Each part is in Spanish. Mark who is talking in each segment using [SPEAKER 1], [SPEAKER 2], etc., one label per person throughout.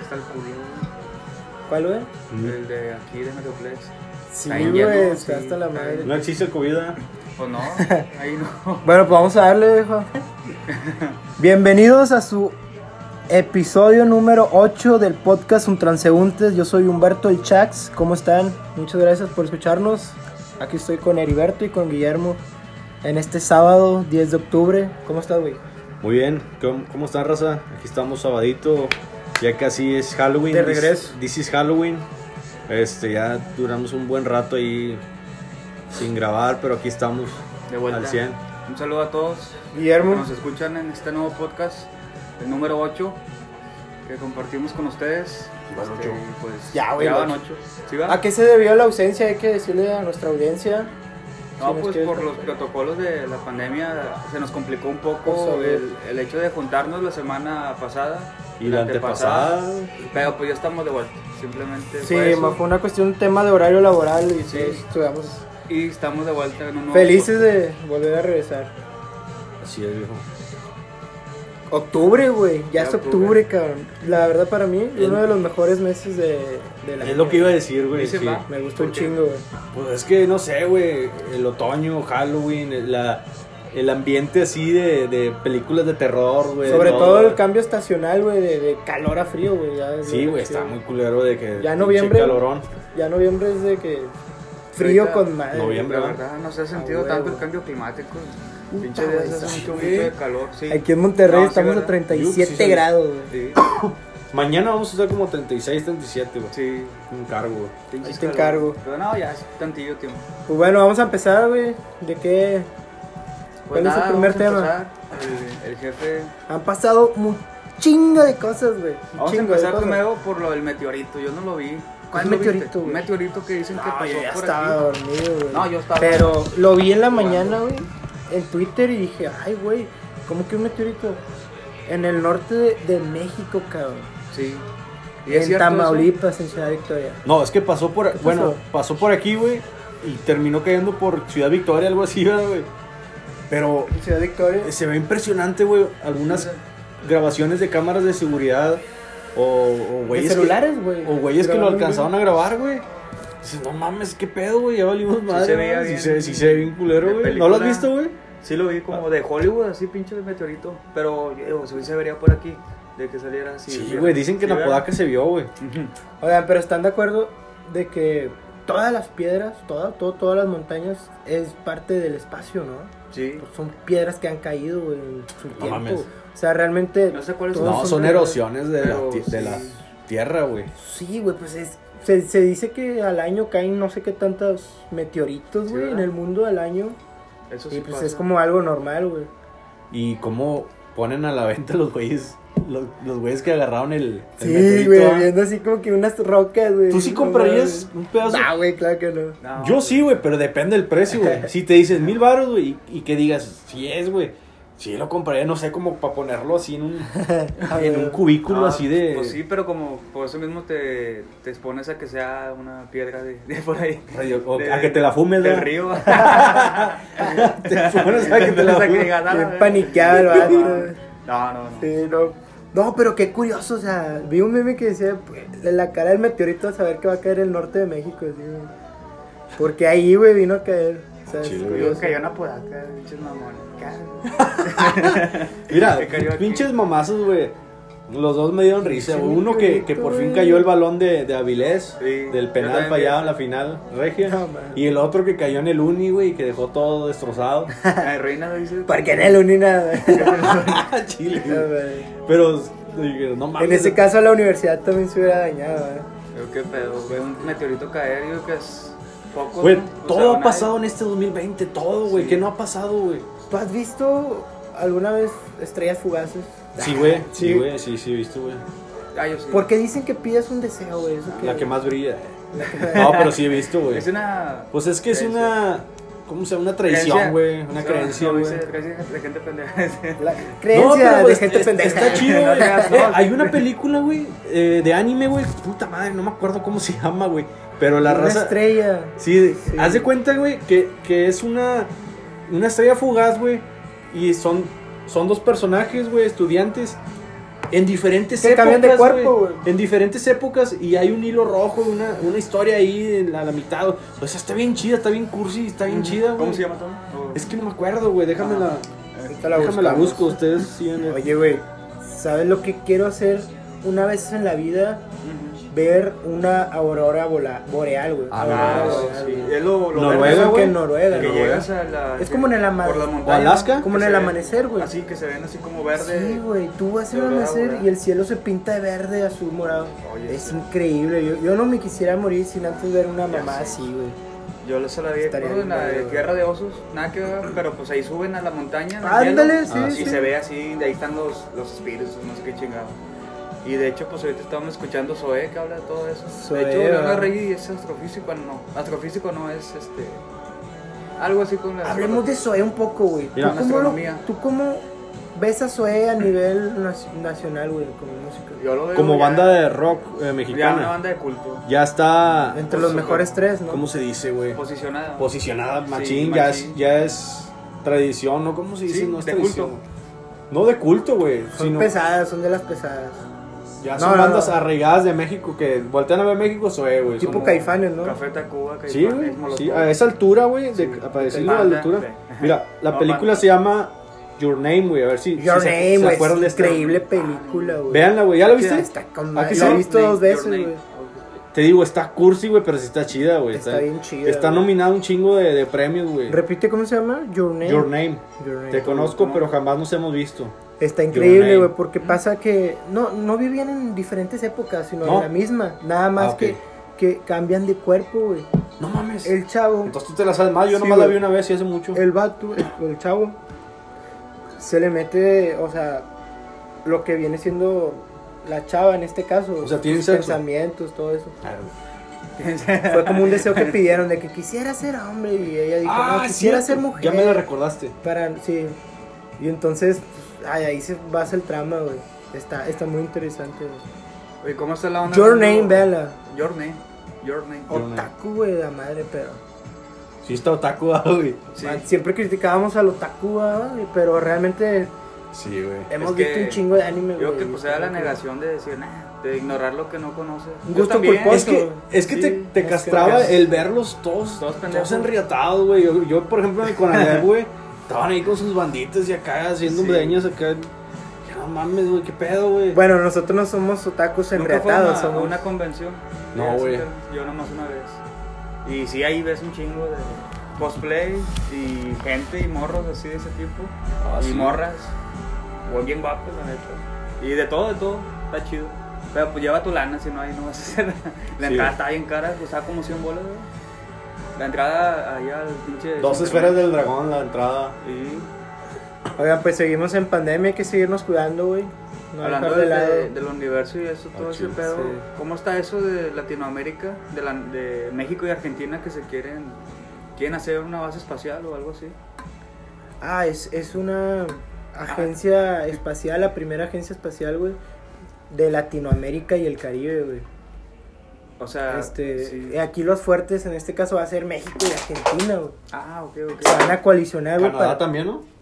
[SPEAKER 1] está el culo,
[SPEAKER 2] ¿Cuál, güey?
[SPEAKER 1] el de aquí de Metroplex.
[SPEAKER 2] Sí,
[SPEAKER 1] Ahí
[SPEAKER 2] güey,
[SPEAKER 1] llego,
[SPEAKER 2] está
[SPEAKER 1] sí,
[SPEAKER 2] hasta la
[SPEAKER 1] ahí.
[SPEAKER 2] madre.
[SPEAKER 3] No existe COVID. ¿eh?
[SPEAKER 1] Pues no, ahí no.
[SPEAKER 2] Bueno, pues vamos a darle, viejo. Bienvenidos a su episodio número 8 del podcast Un Transeúntes. Yo soy Humberto El Chax. ¿Cómo están? Muchas gracias por escucharnos. Aquí estoy con Heriberto y con Guillermo en este sábado 10 de octubre. ¿Cómo estás, güey?
[SPEAKER 3] Muy bien, ¿cómo, cómo están, raza? Aquí estamos sabadito, ya casi es Halloween.
[SPEAKER 2] De
[SPEAKER 3] This-
[SPEAKER 2] regreso.
[SPEAKER 3] This, is Halloween. Este, ya duramos un buen rato ahí sin grabar, pero aquí estamos
[SPEAKER 1] De vuelta.
[SPEAKER 3] al 100.
[SPEAKER 1] Un saludo a todos que
[SPEAKER 2] Guillermo.
[SPEAKER 1] nos escuchan en este nuevo podcast, el número 8, que compartimos con ustedes.
[SPEAKER 3] Van
[SPEAKER 1] Este,
[SPEAKER 3] ocho.
[SPEAKER 1] pues,
[SPEAKER 2] Ya, güey,
[SPEAKER 1] van
[SPEAKER 2] van
[SPEAKER 1] 8. ¿Sí va?
[SPEAKER 2] ¿A qué se debió la ausencia? Hay que decirle a nuestra audiencia.
[SPEAKER 1] No,
[SPEAKER 2] Si nos
[SPEAKER 1] pues
[SPEAKER 2] quieres
[SPEAKER 1] por los
[SPEAKER 2] contar.
[SPEAKER 1] protocolos de la pandemia se nos complicó un
[SPEAKER 2] Por
[SPEAKER 1] poco
[SPEAKER 2] salud.
[SPEAKER 1] el, el hecho de juntarnos la semana pasada
[SPEAKER 3] Y la antepasada.
[SPEAKER 1] Pero pues ya estamos de vuelta, simplemente.
[SPEAKER 2] Sí,
[SPEAKER 1] fue eso.
[SPEAKER 2] más fue una cuestión, un tema de horario laboral y sí,
[SPEAKER 1] Sí.
[SPEAKER 2] estuvimos
[SPEAKER 1] Y estamos de vuelta en un nuevo
[SPEAKER 2] felices de volver a regresar.
[SPEAKER 3] Así es, viejo.
[SPEAKER 2] Octubre, güey.
[SPEAKER 1] Ya
[SPEAKER 2] Ya es octubre,
[SPEAKER 1] octubre.
[SPEAKER 2] cabrón. La verdad, para mí,
[SPEAKER 3] El-
[SPEAKER 2] uno de los mejores meses de, del año.
[SPEAKER 3] Es lo que iba a decir, güey.
[SPEAKER 1] Dice,
[SPEAKER 3] sí.
[SPEAKER 1] va.
[SPEAKER 2] Me gustó un
[SPEAKER 1] ¿Por qué?
[SPEAKER 2] chingo, güey.
[SPEAKER 3] Pues es que no sé, güey. El otoño, Halloween, la- el ambiente así de, de películas de terror, güey. de
[SPEAKER 2] Sobre todo el
[SPEAKER 3] güey.
[SPEAKER 2] cambio estacional, güey, de, de calor a frío, güey. ya es
[SPEAKER 3] Sí,
[SPEAKER 2] bien
[SPEAKER 3] güey, está
[SPEAKER 2] chido.
[SPEAKER 3] muy culero de que.
[SPEAKER 2] Ya noviembre.
[SPEAKER 3] pinche Calorón.
[SPEAKER 2] Ya noviembre es de que frío
[SPEAKER 1] Ahorita,
[SPEAKER 2] con madre.
[SPEAKER 1] La
[SPEAKER 3] noviembre.
[SPEAKER 1] verdad, no se ha sentido
[SPEAKER 2] huevo.
[SPEAKER 1] tanto el cambio climático.
[SPEAKER 2] Puta,
[SPEAKER 1] Pinche días
[SPEAKER 2] güey,
[SPEAKER 1] hace
[SPEAKER 2] Uh, sí,
[SPEAKER 1] mucho, mucho
[SPEAKER 3] güey.
[SPEAKER 1] de calor, sí.
[SPEAKER 2] Aquí en
[SPEAKER 1] No,
[SPEAKER 2] Monterrey
[SPEAKER 1] sí,
[SPEAKER 2] estamos a
[SPEAKER 1] ¿verdad?
[SPEAKER 2] 37
[SPEAKER 3] Yo, sí, sí.
[SPEAKER 2] grados, güey.
[SPEAKER 1] Sí,
[SPEAKER 3] Mañana vamos a estar como 36, 37, güey.
[SPEAKER 1] sí.
[SPEAKER 3] Un cargo, güey.
[SPEAKER 1] pinches
[SPEAKER 2] te
[SPEAKER 1] calor.
[SPEAKER 2] encargo.
[SPEAKER 1] Pero no, ya es tantillo tiempo.
[SPEAKER 2] Pues bueno, vamos a empezar, güey. ¿De qué? ¿Cuál es el primer
[SPEAKER 1] Pues vamos a empezar.
[SPEAKER 2] tema?
[SPEAKER 1] El, el jefe.
[SPEAKER 2] Han pasado un chingo de cosas, güey. Un
[SPEAKER 1] Vamos a
[SPEAKER 2] chingo de
[SPEAKER 1] empezar
[SPEAKER 2] cosas.
[SPEAKER 1] primero por lo del meteorito. Yo no lo vi.
[SPEAKER 2] ¿Cuál
[SPEAKER 1] ¿Tú lo
[SPEAKER 2] meteorito,
[SPEAKER 1] viste?
[SPEAKER 2] güey?
[SPEAKER 1] Un meteorito que dicen que
[SPEAKER 2] No,
[SPEAKER 1] pasó
[SPEAKER 2] yo ya
[SPEAKER 1] por
[SPEAKER 2] estaba
[SPEAKER 1] aquí.
[SPEAKER 2] dormido, güey.
[SPEAKER 1] No, yo estaba-
[SPEAKER 2] Pero lo vi en la mañana, güey, en Twitter y dije, ay, güey, ¿cómo que un meteorito? En el norte de, de México, cabrón.
[SPEAKER 1] Sí. ¿Y es
[SPEAKER 2] En
[SPEAKER 1] cierto eso?
[SPEAKER 2] Tamaulipas, en Ciudad Victoria.
[SPEAKER 3] No, es que pasó por.
[SPEAKER 2] pasó?
[SPEAKER 3] Bueno, pasó por aquí, güey. Y terminó cayendo por Ciudad Victoria, algo así, ¿verdad, güey. Pero
[SPEAKER 2] En Ciudad Victoria.
[SPEAKER 3] se ve impresionante, güey. Algunas grabaciones de cámaras de seguridad. O, o güeyes. que-
[SPEAKER 2] celulares, güey.
[SPEAKER 3] O güeyes que lo
[SPEAKER 2] Grabaron,
[SPEAKER 3] alcanzaron a
[SPEAKER 2] güey.
[SPEAKER 3] grabar, güey. Dices, no mames, qué pedo, güey. Ya valimos madre.
[SPEAKER 1] se veía
[SPEAKER 3] güey.
[SPEAKER 1] bien.
[SPEAKER 3] Sí se, sí se ve bien culero,
[SPEAKER 1] De
[SPEAKER 3] güey. ¿No lo has
[SPEAKER 1] película.
[SPEAKER 3] visto, güey?
[SPEAKER 1] Sí lo vi como de Hollywood, así pinche de meteorito. Pero yo digo, sí se vería por aquí, de que saliera así.
[SPEAKER 3] Sí, güey. Dicen que en
[SPEAKER 1] Sí,
[SPEAKER 3] la
[SPEAKER 1] ¿verdad?
[SPEAKER 3] podaca se vio, güey.
[SPEAKER 1] Ujú.
[SPEAKER 2] Oigan, pero ¿están de acuerdo de que todas las piedras, toda, todo, todas las montañas es parte del espacio, no?
[SPEAKER 1] Sí.
[SPEAKER 2] Pues son piedras que han caído güey, en su tiempo.
[SPEAKER 3] mames.
[SPEAKER 2] O sea, realmente.
[SPEAKER 1] No sé cuáles
[SPEAKER 2] todos
[SPEAKER 3] No, son
[SPEAKER 2] de-
[SPEAKER 3] erosiones de, la,
[SPEAKER 1] Pero
[SPEAKER 3] ti- de
[SPEAKER 1] sí.
[SPEAKER 3] la tierra, güey.
[SPEAKER 2] Sí, güey, pues es. Se, se dice que al año caen no sé qué tantos meteoritos,
[SPEAKER 1] Sí,
[SPEAKER 2] güey, en
[SPEAKER 1] ¿verdad?
[SPEAKER 2] el mundo al año.
[SPEAKER 1] Eso sí
[SPEAKER 2] Y pues
[SPEAKER 1] pasa.
[SPEAKER 2] es como algo normal, güey.
[SPEAKER 3] Y cómo ponen a la venta los güeyes, los, los güeyes que agarraron el, el
[SPEAKER 2] Sí,
[SPEAKER 3] meteorito,
[SPEAKER 2] güey,
[SPEAKER 3] ¿ah?
[SPEAKER 2] viendo así como que unas rocas, güey.
[SPEAKER 3] ¿Tú sí
[SPEAKER 2] No mames.
[SPEAKER 3] comprarías un pedazo?
[SPEAKER 2] Nah, güey, claro que no.
[SPEAKER 1] No, pues,
[SPEAKER 3] Yo sí, güey, pero depende del precio, güey. Si te dices mil baros, güey, y, y que digas, sí es, güey. Sí, lo compraría, no sé, como para ponerlo así en un, en un cubículo
[SPEAKER 1] No,
[SPEAKER 3] así de...
[SPEAKER 1] Pues sí, pero como por eso mismo te, te expones a que sea una piedra de, de por ahí.
[SPEAKER 3] radio- o
[SPEAKER 1] de-
[SPEAKER 3] a que te la fumes,
[SPEAKER 1] Del
[SPEAKER 3] ¿verdad?
[SPEAKER 1] río.
[SPEAKER 3] Te pones a que te la
[SPEAKER 1] O sea,
[SPEAKER 3] fumes.
[SPEAKER 1] digas, "Ah, la
[SPEAKER 2] Bien
[SPEAKER 1] verga".
[SPEAKER 2] paniqueado el vato.
[SPEAKER 1] No, no, no.
[SPEAKER 2] Sí, no. No, pero qué curioso, o sea, vi un meme que decía pues, de la cara del meteorito a saber que va a caer el norte de México, así, güey. Porque ahí, güey, vino a caer. O sea, es
[SPEAKER 3] Chido, güey.
[SPEAKER 1] Yo
[SPEAKER 2] curioso.
[SPEAKER 1] cayó una podaca, pinches mamones.
[SPEAKER 3] Mira,
[SPEAKER 1] Que cayó aquí.
[SPEAKER 3] pinches mamazos, güey. Los dos me dieron risa,
[SPEAKER 2] Sí,
[SPEAKER 3] güey. Uno que, que por fin
[SPEAKER 2] güey.
[SPEAKER 3] cayó el balón de, de Avilés,
[SPEAKER 1] Sí,
[SPEAKER 3] del
[SPEAKER 1] yo
[SPEAKER 3] penal
[SPEAKER 1] también
[SPEAKER 3] fallado
[SPEAKER 1] vi
[SPEAKER 3] en la final regia.
[SPEAKER 2] No, man.
[SPEAKER 3] y el otro que cayó en el uni, güey, y que dejó todo destrozado.
[SPEAKER 1] Ay, reina, dice.
[SPEAKER 2] Porque en él uní nada.
[SPEAKER 3] Chile, güey.
[SPEAKER 2] No, güey.
[SPEAKER 3] Pero dije, no mames.
[SPEAKER 2] En ese caso la universidad también se hubiera dañado. ¿eh?
[SPEAKER 1] Yo qué pedo, veo un meteorito caer, yo que es poco.
[SPEAKER 3] Güey,
[SPEAKER 1] ¿no? O sea,
[SPEAKER 3] todo ha
[SPEAKER 1] nadie-
[SPEAKER 3] pasado en este 2020, todo, güey.
[SPEAKER 1] Sí.
[SPEAKER 3] ¿Qué no ha pasado, güey?
[SPEAKER 2] ¿Tú has visto alguna vez estrellas fugaces?
[SPEAKER 3] Sí, güey.
[SPEAKER 2] Sí.
[SPEAKER 3] Sí, güey. Sí, sí, viste, güey.
[SPEAKER 1] Ah, yo sí.
[SPEAKER 2] Porque dicen que pidas un deseo, güey. eso
[SPEAKER 3] La que más brilla. No, pero sí he visto, güey.
[SPEAKER 1] Es una.
[SPEAKER 3] Pues es que es
[SPEAKER 1] Creencia. Pues
[SPEAKER 3] una. ¿Cómo se llama? Una traición, güey. Una
[SPEAKER 1] No,
[SPEAKER 3] creencia,
[SPEAKER 1] no,
[SPEAKER 3] güey.
[SPEAKER 1] dice creencia de gente pendeja.
[SPEAKER 2] La creencia
[SPEAKER 3] pero
[SPEAKER 2] de
[SPEAKER 3] es-
[SPEAKER 2] gente
[SPEAKER 3] es-
[SPEAKER 2] pendeja.
[SPEAKER 3] Está chido, güey.
[SPEAKER 1] No,
[SPEAKER 3] Eh, Hay una película, güey, eh, de anime, güey. Puta madre, no me acuerdo cómo se llama, güey. Pero la
[SPEAKER 2] una
[SPEAKER 3] raza.
[SPEAKER 2] estrella.
[SPEAKER 3] Sí, de- haz de cuenta, güey, que, que es una, una estrella fugaz, güey. Y son, son dos personajes, güey, estudiantes. en diferentes
[SPEAKER 2] Que cambian de cuerpo, güey.
[SPEAKER 3] En diferentes épocas y hay un hilo rojo, una, una historia ahí en la- a la mitad. güey. O sea, está bien chida, está bien cursi, está bien chida, güey.
[SPEAKER 1] ¿Cómo se llama Tom? O-
[SPEAKER 3] Es que no me acuerdo, güey. Déjame la,
[SPEAKER 2] Ahorita Ah, la
[SPEAKER 3] déjame la
[SPEAKER 2] buscamos.
[SPEAKER 3] busco. Ustedes siguen. el-
[SPEAKER 2] Oye, güey, ¿sabes lo que quiero hacer una vez en la vida? Ver una aurora bola- boreal, güey.
[SPEAKER 3] Ah,
[SPEAKER 2] Aurora
[SPEAKER 1] Ah,
[SPEAKER 2] boreal,
[SPEAKER 1] sí.
[SPEAKER 2] güey.
[SPEAKER 1] Es lo, lo
[SPEAKER 3] Noruega,
[SPEAKER 1] verde,
[SPEAKER 2] Eso que
[SPEAKER 3] güey.
[SPEAKER 2] en Noruega,
[SPEAKER 1] Que
[SPEAKER 2] ¿no?
[SPEAKER 1] llegas a la.
[SPEAKER 2] Es como en el ama-
[SPEAKER 1] por la
[SPEAKER 2] ¿O
[SPEAKER 1] montaña,
[SPEAKER 3] Alaska?
[SPEAKER 2] Como
[SPEAKER 1] que
[SPEAKER 2] en el
[SPEAKER 1] se ven-
[SPEAKER 2] amanecer, güey.
[SPEAKER 1] Así que se ven así como
[SPEAKER 2] Sí,
[SPEAKER 1] verde.
[SPEAKER 2] güey, tú vas
[SPEAKER 1] De
[SPEAKER 2] a
[SPEAKER 1] verdad,
[SPEAKER 2] amanecer
[SPEAKER 1] güey.
[SPEAKER 2] y el cielo se pinta de verde, azul, morado.
[SPEAKER 1] Oye,
[SPEAKER 2] es
[SPEAKER 1] sí.
[SPEAKER 2] increíble, yo, yo no me quisiera morir sin antes ver una mamá
[SPEAKER 1] sé.
[SPEAKER 2] así, güey.
[SPEAKER 1] Yo lo se la vi
[SPEAKER 2] Estaría
[SPEAKER 1] en la
[SPEAKER 2] bien,
[SPEAKER 1] de
[SPEAKER 2] güey.
[SPEAKER 1] Guerra de Osos, nada que ver, pero pues ahí suben a la montaña. en el
[SPEAKER 2] Ándale,
[SPEAKER 1] hielo,
[SPEAKER 2] sí,
[SPEAKER 1] y
[SPEAKER 2] sí.
[SPEAKER 1] se ve así, de ahí están los, los espíritus, no sé qué chingado. Y de hecho, pues ahorita estábamos escuchando Zoé que habla de todo eso.
[SPEAKER 2] Zoé,
[SPEAKER 1] de hecho, Leonardo
[SPEAKER 2] ¿verdad?
[SPEAKER 1] Rey es astrofísico, no. Astrofísico no es este. Algo así con la.
[SPEAKER 2] Hablemos de Zoé un poco, güey. ¿Tú,
[SPEAKER 3] Mira.
[SPEAKER 2] cómo lo-
[SPEAKER 1] Astronomía.
[SPEAKER 2] ¿Tú cómo ves a Zoé a nivel nac- nacional, güey, como música?
[SPEAKER 1] Yo lo veo
[SPEAKER 3] Como
[SPEAKER 1] ya-
[SPEAKER 3] banda de rock eh,
[SPEAKER 1] Ya una
[SPEAKER 3] mexicana.
[SPEAKER 1] banda de culto.
[SPEAKER 3] Ya está.
[SPEAKER 2] Entre los
[SPEAKER 1] Pues,
[SPEAKER 2] mejores tres, ¿no?
[SPEAKER 3] ¿Cómo se dice, güey?
[SPEAKER 1] Posicionada.
[SPEAKER 3] Posicionada,
[SPEAKER 1] Sí,
[SPEAKER 3] machín. ya, es,
[SPEAKER 1] machín.
[SPEAKER 3] ya es tradición, ¿no? ¿Cómo se dice?
[SPEAKER 1] Sí,
[SPEAKER 3] no es
[SPEAKER 1] de
[SPEAKER 3] tradición.
[SPEAKER 1] culto.
[SPEAKER 3] No de culto, güey.
[SPEAKER 2] Son
[SPEAKER 3] Sino
[SPEAKER 2] pesadas, son de las pesadas.
[SPEAKER 3] ya
[SPEAKER 2] No,
[SPEAKER 3] son
[SPEAKER 2] no, no.
[SPEAKER 3] bandas arraigadas de México que voltean a ver México, soy, güey.
[SPEAKER 2] Tipo pues,
[SPEAKER 3] Son-
[SPEAKER 2] Caifanes, ¿no?
[SPEAKER 1] Café Tacuba, Caifanes,
[SPEAKER 3] Sí, güey.
[SPEAKER 1] Molotov.
[SPEAKER 3] Sí, a esa altura, güey. de-
[SPEAKER 1] Sí.
[SPEAKER 3] Para decirlo a
[SPEAKER 1] Banda,
[SPEAKER 3] la altura.
[SPEAKER 1] sí.
[SPEAKER 3] Mira, la
[SPEAKER 1] No,
[SPEAKER 3] película
[SPEAKER 1] banda.
[SPEAKER 3] se llama Your Name, güey. A ver si, si
[SPEAKER 2] Your
[SPEAKER 3] se-
[SPEAKER 2] Name,
[SPEAKER 3] se
[SPEAKER 2] güey,
[SPEAKER 3] acuerdan de
[SPEAKER 2] es
[SPEAKER 3] esta.
[SPEAKER 2] increíble película, güey.
[SPEAKER 3] Veanla, güey. ¿Ya la viste?
[SPEAKER 2] Está con
[SPEAKER 3] ¿A
[SPEAKER 2] madre.
[SPEAKER 3] que
[SPEAKER 2] La he
[SPEAKER 3] sí?
[SPEAKER 2] visto dos veces,
[SPEAKER 1] Journey.
[SPEAKER 2] güey.
[SPEAKER 3] Te digo, está cursi, güey, pero sí está chida, güey.
[SPEAKER 2] Está bien chida,
[SPEAKER 3] Está
[SPEAKER 2] güey.
[SPEAKER 3] nominada a un chingo de, de premios, güey.
[SPEAKER 2] Repite, ¿cómo se llama? Your Name.
[SPEAKER 3] Your Name.
[SPEAKER 2] Your Name.
[SPEAKER 3] Te conozco,
[SPEAKER 1] ¿Cómo?
[SPEAKER 3] pero jamás nos hemos visto.
[SPEAKER 2] Está increíble,
[SPEAKER 3] Name.
[SPEAKER 2] güey, porque pasa que no, no vivían en diferentes épocas, sino
[SPEAKER 3] No. Ah,
[SPEAKER 2] en la misma. Nada más
[SPEAKER 3] ok.
[SPEAKER 2] que, que cambian de cuerpo, güey.
[SPEAKER 3] No mames.
[SPEAKER 2] El chavo,
[SPEAKER 3] Entonces tú te la sabes más. Yo
[SPEAKER 2] Sí,
[SPEAKER 3] nomás la
[SPEAKER 2] güey.
[SPEAKER 3] vi una vez y hace mucho.
[SPEAKER 2] el vato, el, el chavo, se le mete, o sea, lo que viene siendo la chava en este caso.
[SPEAKER 3] O sea, tienen
[SPEAKER 2] sus
[SPEAKER 3] sexo.
[SPEAKER 2] Pensamientos, todo eso.
[SPEAKER 3] Ah, güey.
[SPEAKER 2] Fue como un deseo que pidieron de que quisiera ser hombre y ella dijo,
[SPEAKER 3] Ah,
[SPEAKER 2] no, quisiera
[SPEAKER 3] cierto.
[SPEAKER 2] ser mujer.
[SPEAKER 3] Ya me la recordaste.
[SPEAKER 2] Para, sí. Y entonces, pues, ay, ahí se basa el trama, güey. Está, está muy interesante, güey.
[SPEAKER 1] Oye, ¿cómo está la onda?
[SPEAKER 2] Your
[SPEAKER 1] Mundo?
[SPEAKER 2] Name, véala. Oh,
[SPEAKER 1] Your Name. Your Name.
[SPEAKER 3] Your Name.
[SPEAKER 2] Otaku, güey, la madre, pero.
[SPEAKER 3] Sí, está otaku, ah, güey.
[SPEAKER 1] Sí.
[SPEAKER 2] Man, Siempre criticábamos al otaku, ah, güey, pero realmente
[SPEAKER 3] Sí, güey.
[SPEAKER 2] hemos
[SPEAKER 1] Es que
[SPEAKER 2] visto un chingo de anime,
[SPEAKER 1] Yo creo
[SPEAKER 2] güey,
[SPEAKER 1] que pues era la
[SPEAKER 2] otaku.
[SPEAKER 1] negación de decir, nah, de ignorar lo que no conoces.
[SPEAKER 2] Un
[SPEAKER 1] Yo
[SPEAKER 2] gusto
[SPEAKER 1] también.
[SPEAKER 2] culposo.
[SPEAKER 3] pues, Es que, es que
[SPEAKER 1] Sí,
[SPEAKER 3] te, te
[SPEAKER 2] es que
[SPEAKER 3] castraba
[SPEAKER 2] acá-
[SPEAKER 3] el verlos todos,
[SPEAKER 1] Todos
[SPEAKER 3] todos,
[SPEAKER 1] pendejos.
[SPEAKER 3] enriatados, güey. Yo, yo, por ejemplo, en el Conalep, güey, estaban ahí con sus banditas y acá haciendo
[SPEAKER 1] Sí.
[SPEAKER 3] breñas acá. Ya no mames, güey, qué pedo, güey.
[SPEAKER 2] Bueno, nosotros no somos otakus
[SPEAKER 1] Nunca fue a
[SPEAKER 2] enreatados,
[SPEAKER 1] una,
[SPEAKER 2] somos.
[SPEAKER 1] una convención.
[SPEAKER 3] No,
[SPEAKER 1] Así
[SPEAKER 3] güey.
[SPEAKER 1] que Yo nomás una vez. Y sí, ahí ves un chingo de cosplay y gente y morros así de ese tipo.
[SPEAKER 3] Ah,
[SPEAKER 1] y
[SPEAKER 3] sí.
[SPEAKER 1] morras. Güey, bien guapos, la neta. Y de todo, de todo. Está chido. Pero pues lleva tu lana, si no, ahí no vas a hacer nada. La
[SPEAKER 3] Sí.
[SPEAKER 1] entrada está bien cara, costaba como 100 bolas, güey. La entrada allá al pinche.
[SPEAKER 3] Dos esferas del dragón, la entrada.
[SPEAKER 1] Y
[SPEAKER 2] Oigan, pues seguimos en pandemia, hay que seguirnos cuidando, güey. No
[SPEAKER 1] Hablando
[SPEAKER 2] dejar de
[SPEAKER 1] de-
[SPEAKER 2] lado.
[SPEAKER 1] de- del universo y eso, todo ese
[SPEAKER 3] chido,
[SPEAKER 1] pedo,
[SPEAKER 2] Ah, sí.
[SPEAKER 1] ¿cómo está eso de Latinoamérica, de, la- de México y Argentina que se quieren, quieren hacer una base espacial o algo así?
[SPEAKER 2] Ah, es, es una
[SPEAKER 1] Ah.
[SPEAKER 2] agencia espacial, la primera agencia espacial, güey, de Latinoamérica y el Caribe, güey.
[SPEAKER 1] O sea,
[SPEAKER 2] Este,
[SPEAKER 1] Ah, sí.
[SPEAKER 2] eh, aquí los fuertes en este caso va a ser México y Argentina, güey.
[SPEAKER 1] Ah, ok, ok.
[SPEAKER 2] Se van a coalicionar, Eh, güey.
[SPEAKER 3] Canadá
[SPEAKER 2] para-
[SPEAKER 3] también, ¿no?